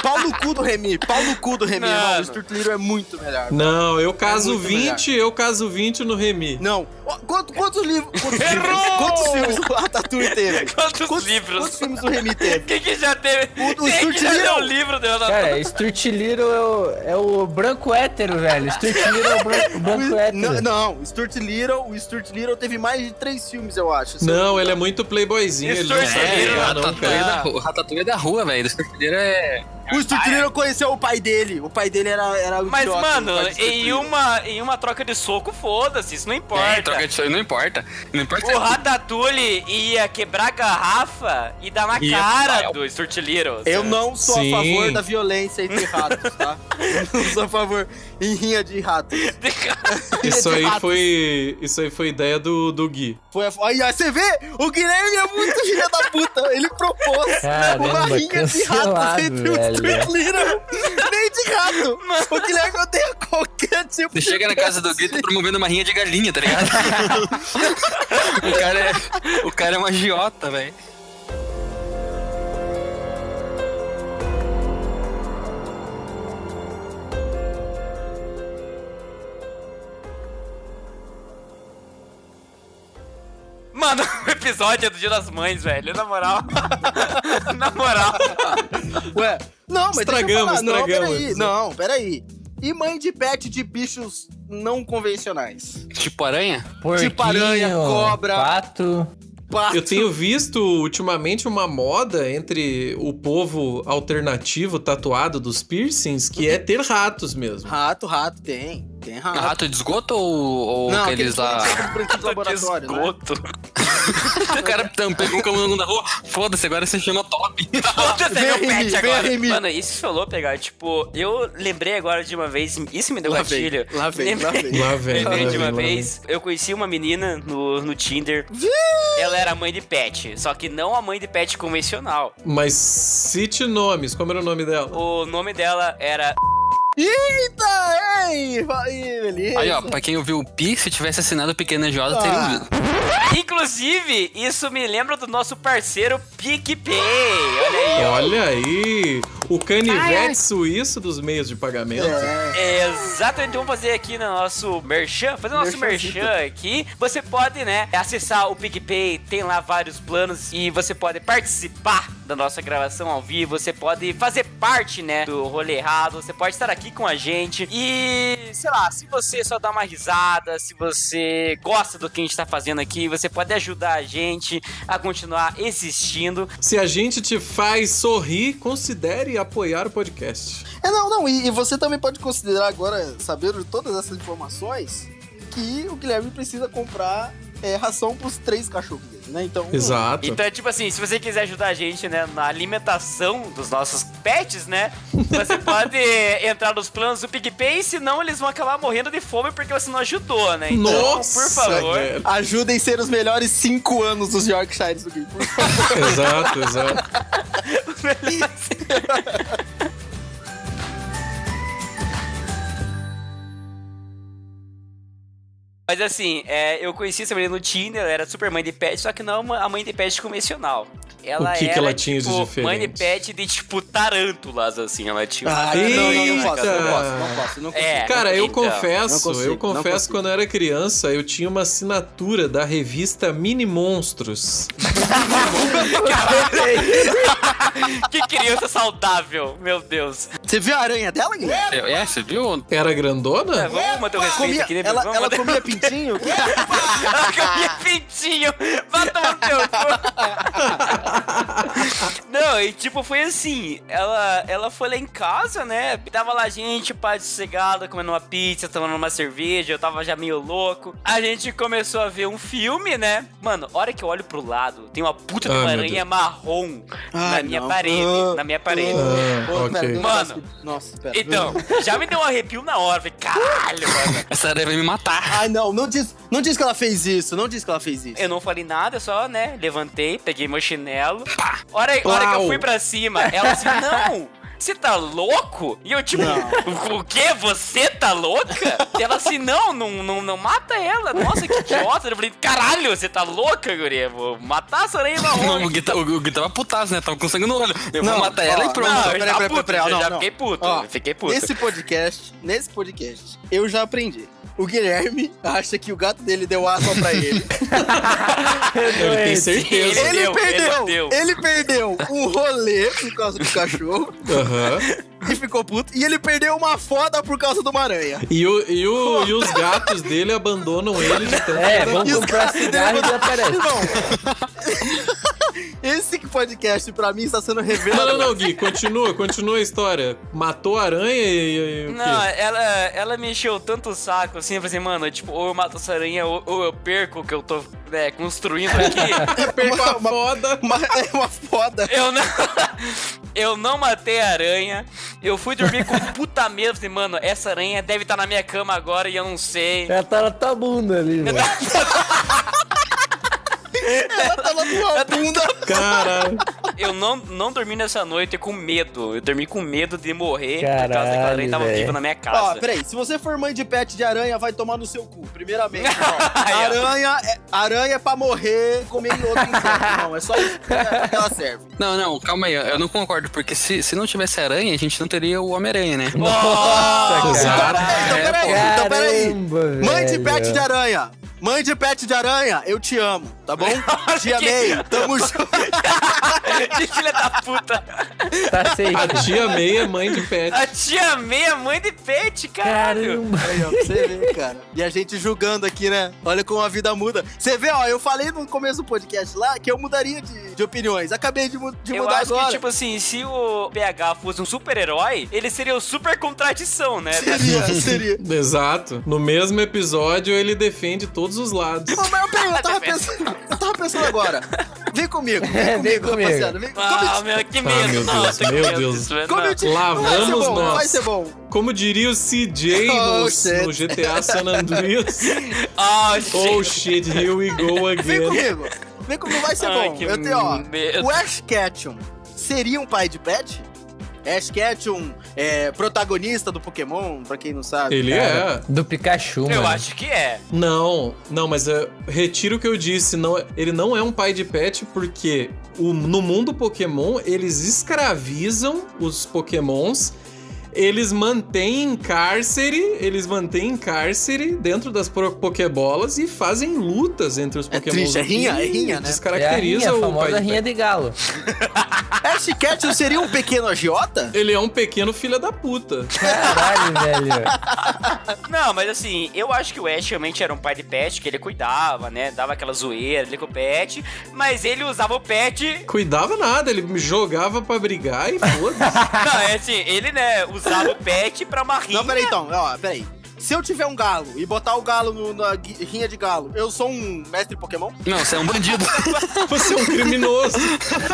Speaker 3: Pau no cu do Remy. Pau no cu do Remy,
Speaker 2: Mano.
Speaker 3: irmão. O Stuart Little é muito melhor.
Speaker 4: Não, eu caso
Speaker 3: muito
Speaker 4: 20, eu caso 20 no Remy.
Speaker 3: Não. Ó, quanto- quantos livros... Quantos, livros,
Speaker 2: Errou!
Speaker 3: quantos filmes o Ratatouille teve?
Speaker 2: Quantos, livros?
Speaker 3: Quantos filmes o Remy teve?
Speaker 2: Quem que já teve?
Speaker 3: O-
Speaker 2: quem
Speaker 3: o
Speaker 2: que
Speaker 3: Stuart
Speaker 2: já
Speaker 3: Little.
Speaker 2: deu o livro do Ratatouille?
Speaker 6: Cara, Stuart Little é o, é o branco hétero, velho. Stuart Little é o branco, branco hétero.
Speaker 3: Não, não, o Stuart Little, o Stuart Little teve mais de três filmes, eu acho. assim. se eu
Speaker 4: Não, ele é muito playboyzinho, ele não
Speaker 2: Isso
Speaker 4: sabe
Speaker 2: é,
Speaker 4: jogar, não,
Speaker 5: Ratatouille é
Speaker 4: cara.
Speaker 5: da rua, Ratatouille é da rua, velho. O tortilheiro é.
Speaker 3: O Strutilino conheceu o pai dele. O pai dele era, era o
Speaker 2: Mas,
Speaker 3: idiota, o
Speaker 2: mano,
Speaker 3: pai do
Speaker 2: em
Speaker 3: Strutilino.
Speaker 2: uma, em uma troca de soco, foda-se, isso não
Speaker 5: é
Speaker 2: importa.
Speaker 5: troca de sonho, não importa. Não importa
Speaker 2: O Ratatouille ia quebrar a garrafa e dar na
Speaker 5: Ia
Speaker 2: cara
Speaker 5: pro
Speaker 2: do Stuart Little.
Speaker 3: é Eu não sou
Speaker 4: Sim.
Speaker 3: a favor da violência entre ratos, tá? Eu não sou a favor em rinha de ratos. Rinha
Speaker 4: Isso
Speaker 3: de
Speaker 4: aí
Speaker 3: ratos.
Speaker 4: foi, isso aí foi ideia do, do Gui.
Speaker 3: Foi a... Aí, ó, você vê? O Guilherme é muito filho da puta. Ele propôs
Speaker 6: Caramba,
Speaker 3: uma rinha de ratos
Speaker 6: cancelado,
Speaker 3: entre o
Speaker 6: velho.
Speaker 3: Strutilino. Nem de rato. O Guilherme odeia qualquer tipo
Speaker 5: Você
Speaker 3: de
Speaker 5: chega na casa do Gui, tá promovendo uma rinha de galinha, tá ligado? o, cara é, o cara é uma agiota, velho.
Speaker 2: Mano, o episódio é do Dia das Mães, velho. Na moral. Na moral.
Speaker 3: Ué, não, mas
Speaker 4: Estragamos,
Speaker 3: deixa eu falar.
Speaker 4: estragamos.
Speaker 3: Não, peraí. Não, peraí. E mãe de pet de bichos não convencionais?
Speaker 5: Tipo aranha?
Speaker 6: Porquinho,
Speaker 3: Tipo aranha, cobra.
Speaker 6: pato.
Speaker 3: Pato.
Speaker 4: Eu tenho visto ultimamente uma moda entre o povo alternativo tatuado dos piercings, que é ter ratos mesmo.
Speaker 3: Rato, rato, tem. Tem rato.
Speaker 5: Ah, Rato de esgoto ou, ou
Speaker 3: Não,
Speaker 5: aqueles lá.
Speaker 3: branquinho de laboratório, né?
Speaker 2: esgoto.
Speaker 5: o cara tam, pegou o caminhão da rua. Foda-se, agora você chama top.
Speaker 2: Foda-se,
Speaker 3: Vem
Speaker 2: meu
Speaker 3: em mim,
Speaker 2: pet
Speaker 3: vem
Speaker 2: um agora.
Speaker 3: em mim.
Speaker 2: Mano, isso que falou, pegar, tipo, eu lembrei agora de uma vez, isso me deu
Speaker 3: Lá vem,
Speaker 2: gatilho.
Speaker 3: lá vem,
Speaker 2: lembrei,
Speaker 3: lá vem.
Speaker 4: Lá vem. lá
Speaker 2: lembrei de
Speaker 4: vem,
Speaker 2: uma
Speaker 4: lá vem.
Speaker 2: vez, eu conheci uma menina no, no Tinder. Ela era mãe de pet, só que não a mãe de pet convencional.
Speaker 4: Mas cite nomes, como era o nome dela?
Speaker 2: O nome dela era.
Speaker 3: Eita, ei, vai, beleza.
Speaker 5: Aí, ó, pra quem ouviu o Pi, se tivesse assinado o Pequena Josa, teria um
Speaker 3: Ah.
Speaker 5: ouvido.
Speaker 2: Inclusive, isso me lembra do nosso parceiro PicPay. Olha aí, ó.
Speaker 4: Olha aí, o canivete suíço dos meios de pagamento.
Speaker 3: É.
Speaker 2: Exatamente, vamos fazer aqui no nosso merchan, fazer o nosso
Speaker 3: Merchanzito.
Speaker 2: merchan aqui. Você pode, né, acessar o PicPay, tem lá vários planos e você pode participar da nossa gravação ao vivo, você pode fazer parte, né, do rolê errado, você pode estar aqui com a gente e, sei lá, se você só dá uma risada, se você gosta do que a gente tá fazendo aqui, você pode ajudar a gente a continuar existindo.
Speaker 4: Se a gente te faz sorrir, considere apoiar o podcast.
Speaker 3: É, não, não, e, e você também pode considerar agora, sabendo de todas essas informações, que o Guilherme precisa comprar é, ração pros três cachorros dele, né? Então,
Speaker 4: Exato.
Speaker 2: Então, é tipo assim, se você quiser ajudar a gente, né, na alimentação dos nossos pets, né, você pode entrar nos planos do PicPay, senão eles vão acabar morrendo de fome porque você não ajudou, né? Então,
Speaker 4: Nossa,
Speaker 2: por favor.
Speaker 4: velho.
Speaker 3: ajudem a ser os melhores cinco anos dos Yorkshires do Guilherme. por favor.
Speaker 4: Exato, exato.
Speaker 2: Mas assim, é, eu conheci essa menina no Tinder, ela era super mãe de pet, só que não é uma- a mãe de pet convencional. Ela
Speaker 4: O que que
Speaker 2: era,
Speaker 4: ela tinha de
Speaker 2: tipo, mãe de
Speaker 4: diferente?
Speaker 2: pet de tipo tarântulas, assim, ela tinha.
Speaker 3: Ah,
Speaker 4: Eita.
Speaker 3: não, não, não posso, não posso, não posso, não consigo.
Speaker 2: É,
Speaker 4: Cara, eu
Speaker 2: então,
Speaker 4: confesso,
Speaker 3: não consigo,
Speaker 4: eu
Speaker 3: não
Speaker 4: confesso
Speaker 3: consigo.
Speaker 4: que quando eu era criança, eu tinha uma assinatura da revista Mini Monstros.
Speaker 2: Que criança saudável, meu Deus.
Speaker 3: Você viu a aranha dela, Guilherme?
Speaker 5: É, você viu?
Speaker 4: Era
Speaker 2: É,
Speaker 4: grandona?
Speaker 2: vamos manter o respeito
Speaker 3: Comia-
Speaker 2: aqui, né?
Speaker 3: ela
Speaker 2: vamos
Speaker 3: ela
Speaker 2: manter-
Speaker 3: comia pintinho? Que-
Speaker 2: Ela comia pintinho. Vai tomar no teu cu. Não, e tipo, foi assim. Ela, ela foi lá em casa, né? Tava lá a gente, pai sossegado, comendo uma pizza, tomando uma cerveja. Eu tava já meio louco. A gente começou a ver um filme, né? Mano, a hora que eu olho pro lado, tem uma puta de
Speaker 4: Ah,
Speaker 2: uma
Speaker 4: meu
Speaker 2: aranha marrom na
Speaker 3: Ai,
Speaker 2: minha
Speaker 3: não.
Speaker 2: parede.
Speaker 3: Ah,
Speaker 2: Na minha parede.
Speaker 4: Ah,
Speaker 3: Pô, pera, tem
Speaker 4: ok.
Speaker 3: um
Speaker 2: Mano.
Speaker 3: negócio que- Nossa, pera.
Speaker 2: Então, já me deu um arrepio na hora. Falei, caralho, mano.
Speaker 5: Essa aranha vai me matar.
Speaker 3: Ai, não, não diz, não diz que ela fez isso, não diz que ela fez isso.
Speaker 2: Eu não falei nada, eu só, né, levantei, peguei meu chinelo. Pá! Hora, hora que eu
Speaker 4: Plau!
Speaker 2: fui pra cima, ela assim, não! Você tá louco? E eu tipo, o quê? Você tá louca? E ela assim, não, não, não, não mata ela. Nossa, que idiota. Eu falei, caralho, você tá louca, guria? Vou matar essa aranha
Speaker 5: Não,
Speaker 2: marrom.
Speaker 5: o Gui tá- o Gui tava putaço, né? Tava com sangue no olho. Eu vou
Speaker 3: Não,
Speaker 5: matar ela
Speaker 3: ó,
Speaker 5: e pronto.
Speaker 2: Não, eu
Speaker 3: peraí,
Speaker 2: já
Speaker 3: peraí,
Speaker 2: puto,
Speaker 3: peraí,
Speaker 2: eu
Speaker 3: não,
Speaker 2: já
Speaker 3: não.
Speaker 2: fiquei puto,
Speaker 3: Ó,
Speaker 2: eu fiquei puto.
Speaker 3: Nesse podcast, nesse podcast, eu já aprendi. O Guilherme acha que o gato dele deu asma pra ele.
Speaker 4: Ele tem certeza.
Speaker 3: ele,
Speaker 2: deu,
Speaker 3: perdeu,
Speaker 2: ele
Speaker 3: ele
Speaker 2: deu.
Speaker 3: perdeu um rolê por causa do cachorro
Speaker 4: Aham.
Speaker 3: e ficou puto. E ele perdeu uma foda por causa de uma aranha.
Speaker 4: E, o, e, o- e os gatos dele abandonam ele de tanto.
Speaker 6: É, vamos
Speaker 3: E os
Speaker 6: comprar
Speaker 3: caras
Speaker 6: cigarro e
Speaker 3: deram-
Speaker 6: desaparece.
Speaker 3: Irmão, esse podcast pra mim está sendo
Speaker 4: Não, não,
Speaker 3: revelado.
Speaker 4: não, Gui, continua, continua a história. Matou a aranha e, e o quê?
Speaker 2: Não, é- ela, ela me encheu tanto o saco, assim, eu falei assim, mano, tipo, ou eu mato essa aranha, ou, ou eu perco o que eu tô né, construindo aqui.
Speaker 4: Uma
Speaker 3: Uma, uma,
Speaker 4: foda.
Speaker 3: uma, é uma foda.
Speaker 2: Eu não, eu não matei a aranha. Eu fui dormir com um puta medo. Falei, mano, essa aranha deve estar na minha cama agora e eu não sei.
Speaker 6: Ela tá na tua bunda ali, mano.
Speaker 3: Ela tava com uma bunda.
Speaker 4: Caralho.
Speaker 2: Eu não, não dormi nessa noite com medo. Eu dormi com medo de morrer por causa que a
Speaker 6: Caralho,
Speaker 2: aranha tava
Speaker 6: velho.
Speaker 2: viva na minha
Speaker 3: Ó,
Speaker 2: casa.
Speaker 3: peraí, se você for mãe de pet de aranha, vai tomar no seu cu, primeiramente. ó.
Speaker 2: Aí, ó.
Speaker 3: aranha, é, aranha é pra morrer e comer outro inseto, não. É só isso que é- que ela serve.
Speaker 5: Não, não, calma aí. Eu não concordo, porque se, se não tivesse aranha, a gente não teria o Homem-Aranha, né?
Speaker 2: Nossa,
Speaker 3: Então,
Speaker 4: Exato.
Speaker 3: peraí, então
Speaker 5: é,
Speaker 3: peraí, então peraí.
Speaker 6: Caramba,
Speaker 3: Mãe de
Speaker 6: velho.
Speaker 3: pet de aranha. Mãe de pet de aranha, eu te amo, tá bom? te amei, tamo junto.
Speaker 2: Que filha da puta.
Speaker 6: Tá safe.
Speaker 4: A tia May é mãe de pet.
Speaker 2: A tia meia mãe de pet, caralho.
Speaker 6: Caramba.
Speaker 3: Aí, ó, pra você ver, cara. E a gente julgando aqui, né? Olha como a vida muda. Você vê, ó, eu falei no começo do podcast lá que eu mudaria de, de opiniões. Acabei de, mu- de
Speaker 2: Eu
Speaker 3: mudar
Speaker 2: acho
Speaker 3: agora.
Speaker 2: que, tipo assim, se o PH fosse um super-herói, ele seria o super contradição, né?
Speaker 3: Seria, seria.
Speaker 4: Exato. No mesmo episódio, ele defende todos os lados.
Speaker 3: Ô, mas eu, peraí, eu
Speaker 2: Tá
Speaker 3: tava pensando, eu tava pensando agora. Vem comigo, vem comigo,
Speaker 6: comigo.
Speaker 3: rapaziada. Vem,
Speaker 2: Ah,
Speaker 3: como,
Speaker 2: meu, que medo.
Speaker 4: meu Deus,
Speaker 2: Nossa, que
Speaker 4: meu
Speaker 2: medo
Speaker 4: Deus.
Speaker 2: disso, né? velho.
Speaker 3: como eu te...
Speaker 4: Lá
Speaker 3: não vai ser
Speaker 4: vamos
Speaker 3: bom, não vai
Speaker 4: nós.
Speaker 3: ser bom.
Speaker 4: Como diria o CJ no,
Speaker 3: Oh, shit.
Speaker 4: no GTA San Andreas.
Speaker 2: Ah, gente.
Speaker 4: oh shit, here we go
Speaker 3: Vem
Speaker 4: again.
Speaker 3: comigo. Vem comigo, vai ser
Speaker 2: Ai,
Speaker 3: é bom.
Speaker 2: que
Speaker 3: Eu tenho, ó.
Speaker 2: medo.
Speaker 3: O Ash Ketchum seria um pai de pet? Ash Ketchum é protagonista do Pokémon, pra quem não sabe.
Speaker 4: Ele é.
Speaker 6: Do Pikachu, mano.
Speaker 2: Eu acho que é.
Speaker 4: Não, não, mas eu retiro o que eu disse. Não, ele não é um pai de pet porque o- no mundo Pokémon eles escravizam os Pokémons. Eles mantêm em cárcere, eles mantêm em cárcere dentro das pro- Pokébolas e fazem lutas entre os
Speaker 3: É
Speaker 4: Pokémons.
Speaker 3: triste, é
Speaker 4: o que
Speaker 3: rinha, é rinha, né?
Speaker 6: É a
Speaker 4: Descaracteriza
Speaker 6: rinha, a
Speaker 4: o pai
Speaker 6: famosa
Speaker 4: de
Speaker 6: rinha
Speaker 4: pet.
Speaker 6: de galo.
Speaker 3: Ash Ketchum seria um pequeno agiota?
Speaker 4: Ele é um pequeno filho da puta.
Speaker 6: Caralho, velho.
Speaker 2: Não, mas assim, eu acho que o Ash realmente era um pai de pet, que ele cuidava, né? Dava aquela zoeira ali com o pet, mas ele usava o pet.
Speaker 4: Cuidava nada, ele me jogava pra brigar e foda-se.
Speaker 2: Não, é assim, ele, né, usava o pet pra uma rinha.
Speaker 3: Não, peraí então, ó, peraí. Se eu tiver um galo e botar o galo no- na gui- rinha de galo, eu sou um mestre Pokémon?
Speaker 5: Não, você é um bandido.
Speaker 4: Você é um criminoso.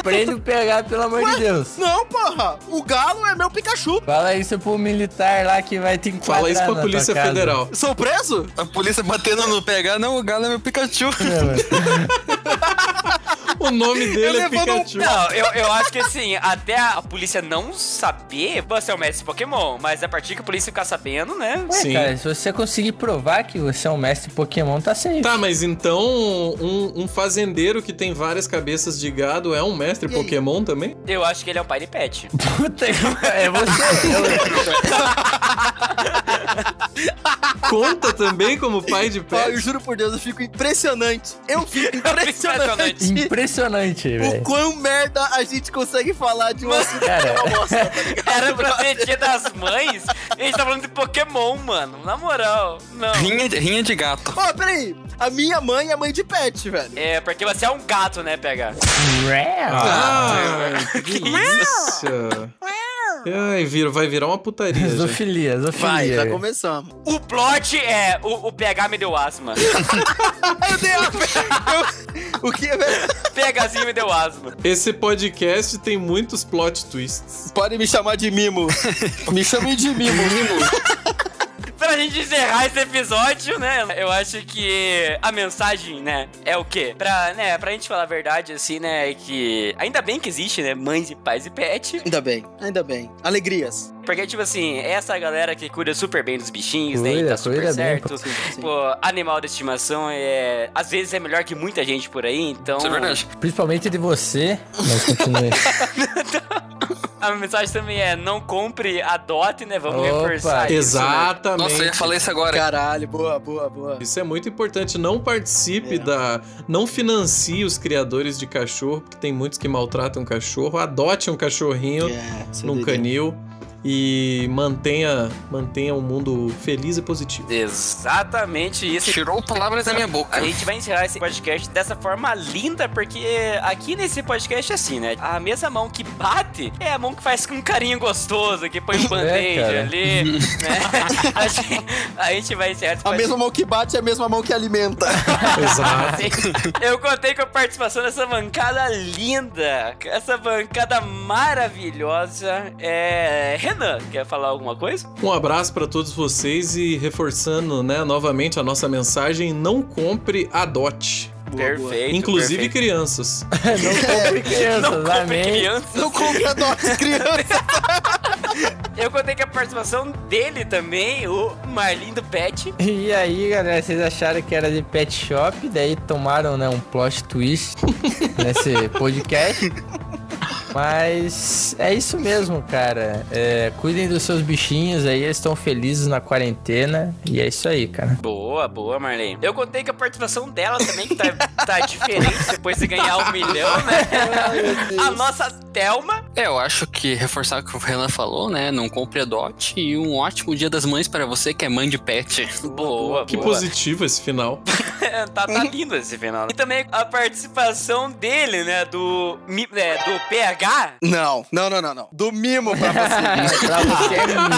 Speaker 6: Prende o PH, pelo amor de Deus.
Speaker 3: Não, porra! O galo é meu Pikachu!
Speaker 6: Fala isso pro militar lá que vai te enquadrar
Speaker 4: Fala isso
Speaker 6: na
Speaker 4: pra
Speaker 6: tua
Speaker 4: Polícia
Speaker 6: casa.
Speaker 4: Federal.
Speaker 3: Sou preso?
Speaker 5: A polícia batendo no PH, não, o galo é meu Pikachu.
Speaker 6: Não, mano.
Speaker 4: O nome dele é
Speaker 3: levou num
Speaker 4: Pikachu.
Speaker 2: Não, eu, eu acho que assim, até a polícia não saber, você é o mestre Pokémon, mas a partir que a polícia ficar sabendo, né?
Speaker 6: Ué,
Speaker 4: Sim.
Speaker 6: cara, se você conseguir provar que você é um mestre Pokémon, tá safe.
Speaker 4: Tá, mas então um, um fazendeiro que tem várias cabeças de gado é um mestre
Speaker 3: E aí?
Speaker 4: Pokémon também?
Speaker 2: Eu acho que ele é um pai de pet.
Speaker 6: Puta que É você.
Speaker 4: Conta também como pai de
Speaker 3: Ó, Ah, eu
Speaker 4: pet?
Speaker 3: juro por Deus, eu fico impressionante. Eu fico impressionante.
Speaker 6: Eu- é Impressionante,
Speaker 3: O
Speaker 6: velho.
Speaker 3: quão merda a gente consegue falar de um assunto que é
Speaker 6: Cara,
Speaker 3: uma bosta, tá
Speaker 2: Era
Speaker 3: ligado?
Speaker 2: pra ser dia das mães, e a gente tá falando de Pokémon, mano. Na moral, não.
Speaker 5: Rinha, de- rinha de gato.
Speaker 3: Ó, peraí. A minha mãe é mãe de pet, velho.
Speaker 2: É, porque você é um gato, né, PH?
Speaker 4: Ah, que delícia! Ai, vira, vai virar uma putaria. gente. tá
Speaker 6: Zofilia,
Speaker 3: Vai,
Speaker 6: zofilia.
Speaker 3: já começamos.
Speaker 2: O plot é o, o PH me deu asma.
Speaker 3: Ai, eu dei a... eu... O que é verdade?
Speaker 2: PHzinho me deu asma.
Speaker 4: Esse podcast tem muitos plot twists.
Speaker 3: Podem me chamar de mimo. Me chamem de mimo. mimo.
Speaker 2: Pra gente encerrar esse episódio, né? Eu acho que a mensagem, né, é o quê? Pra, né, pra gente falar a verdade, assim, né, é que ainda bem que existe, né, mães e pais e pet.
Speaker 3: Ainda bem, ainda bem. Alegrias.
Speaker 2: Porque, tipo assim, essa galera que cuida super bem dos bichinhos, né, e
Speaker 6: Cuida,
Speaker 2: tá super
Speaker 6: cuida bem,
Speaker 2: certo.
Speaker 3: Sim, sim.
Speaker 2: Pô, animal de estimação é. Às vezes é melhor que muita gente por aí, então.
Speaker 5: Isso é verdade.
Speaker 6: Principalmente de você. Mas continue.
Speaker 2: A mensagem também é: não compre, adote, né? Vamos
Speaker 6: Opa.
Speaker 3: É
Speaker 2: reforçar. isso, né?
Speaker 4: Exatamente.
Speaker 5: Nossa, é- eu ia falar isso agora.
Speaker 3: Caralho, boa, boa, boa.
Speaker 4: Isso é muito importante. Não participe
Speaker 3: É.
Speaker 4: da. Não financie os criadores de cachorro, porque tem muitos que maltratam cachorro. Adote um cachorrinho
Speaker 3: É,
Speaker 4: num canil e mantenha, mantenha o mundo feliz e positivo.
Speaker 2: Exatamente isso.
Speaker 5: Tirou palavras da minha boca.
Speaker 2: A gente vai encerrar esse podcast dessa forma linda, porque aqui nesse podcast é assim, né? A mesma mão que bate é a mão que faz com um carinho gostoso, que põe um band-aid
Speaker 6: cara.
Speaker 2: ali, né? A gente, a gente vai encerrar esse
Speaker 3: A
Speaker 2: podcast.
Speaker 3: mesma mão que bate é a mesma mão que alimenta.
Speaker 4: Exato.
Speaker 2: Eu contei com a participação dessa bancada linda, essa bancada maravilhosa. É. Renan, quer falar alguma coisa?
Speaker 4: Um abraço para todos vocês e reforçando, né, novamente a nossa mensagem: não compre, adote.
Speaker 3: Boa, boa.
Speaker 2: perfeito.
Speaker 4: Inclusive
Speaker 2: perfeito.
Speaker 4: crianças.
Speaker 6: Não compre crianças,
Speaker 2: Não compre
Speaker 6: amém.
Speaker 2: criança.
Speaker 3: É. Não compre a nossa criança.
Speaker 2: Eu contei com a participação dele também, o Marlindo Pet.
Speaker 6: E aí, galera, vocês acharam que era de pet shop, daí tomaram, né, um plot twist nesse podcast. Mas é isso mesmo, cara. É, cuidem dos seus bichinhos aí, eles estão felizes na quarentena. E é isso aí, cara.
Speaker 2: Boa, boa, Marlene. Eu contei que a participação dela também que tá, tá diferente depois de ganhar um milhão, né? A nossa Thelma.
Speaker 5: É, eu acho que reforçar o que o Renan falou, né? Não compre a Dot e um ótimo dia das mães pra você que é mãe de pet.
Speaker 2: Boa,
Speaker 4: Que
Speaker 2: boa.
Speaker 4: positivo esse final.
Speaker 2: tá,
Speaker 3: Uhum.
Speaker 2: tá lindo esse final. E também a participação dele, né? Do, Mi- é, do PH.
Speaker 3: Não, não, não, não, não. Do mimo pra você.
Speaker 6: Pra você é mimo.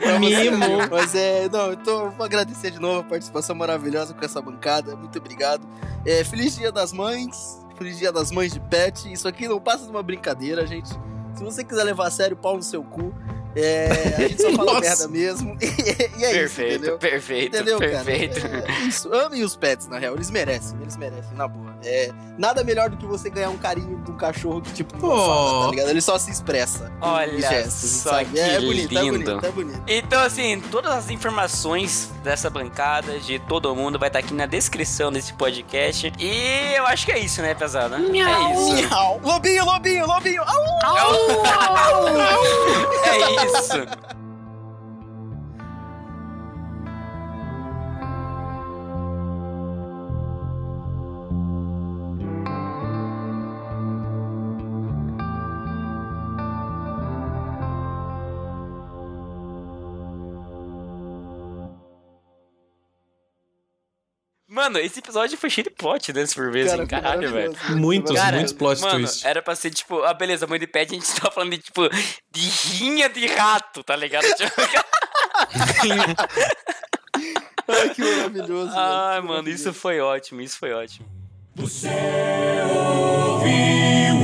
Speaker 3: Pra você, mimo. Mas é, não, eu tô, vou agradecer de novo a participação maravilhosa com essa bancada. Muito obrigado. É, feliz Dia das Mães. Feliz Dia das Mães de Pet. Isso aqui não passa de uma brincadeira, gente. Se você quiser levar a sério, pau no seu cu. É, a gente só fala
Speaker 4: Nossa.
Speaker 3: merda mesmo. E, é isso,
Speaker 2: perfeito,
Speaker 3: entendeu?
Speaker 2: perfeito,
Speaker 3: Entendeu,
Speaker 2: perfeito.
Speaker 3: cara? É isso. Amem os pets, na real. Eles merecem, eles merecem, na boa. É, nada melhor do que você ganhar um carinho de um cachorro que, tipo, não
Speaker 4: Oh.
Speaker 3: fala, tá ligado? Ele só se expressa. em
Speaker 2: Olha só que
Speaker 3: É, é bonito, é
Speaker 2: lindo.
Speaker 3: bonito, é bonito.
Speaker 2: Então, assim, todas as informações dessa bancada, de todo mundo, vai estar aqui na descrição desse podcast. E eu acho que é isso, né, pesada? É isso.
Speaker 3: Miau. Lobinho, lobinho, lobinho. Au!
Speaker 2: é isso. Mano, esse episódio foi cheio de plot, né? Por vez, hein? Caralho, velho.
Speaker 3: maravilhoso.
Speaker 4: Muitos,
Speaker 2: Cara,
Speaker 4: muitos plot
Speaker 2: Mano,
Speaker 4: twists.
Speaker 2: era pra ser tipo, ah, beleza, mãe de pet, a gente tá falando de tipo, de rinha de rato, tá ligado? Tipo,
Speaker 3: Ai, que maravilhoso.
Speaker 2: Ai,
Speaker 3: velho, que
Speaker 2: mano, isso foi ótimo, isso foi ótimo.
Speaker 1: Você ouviu?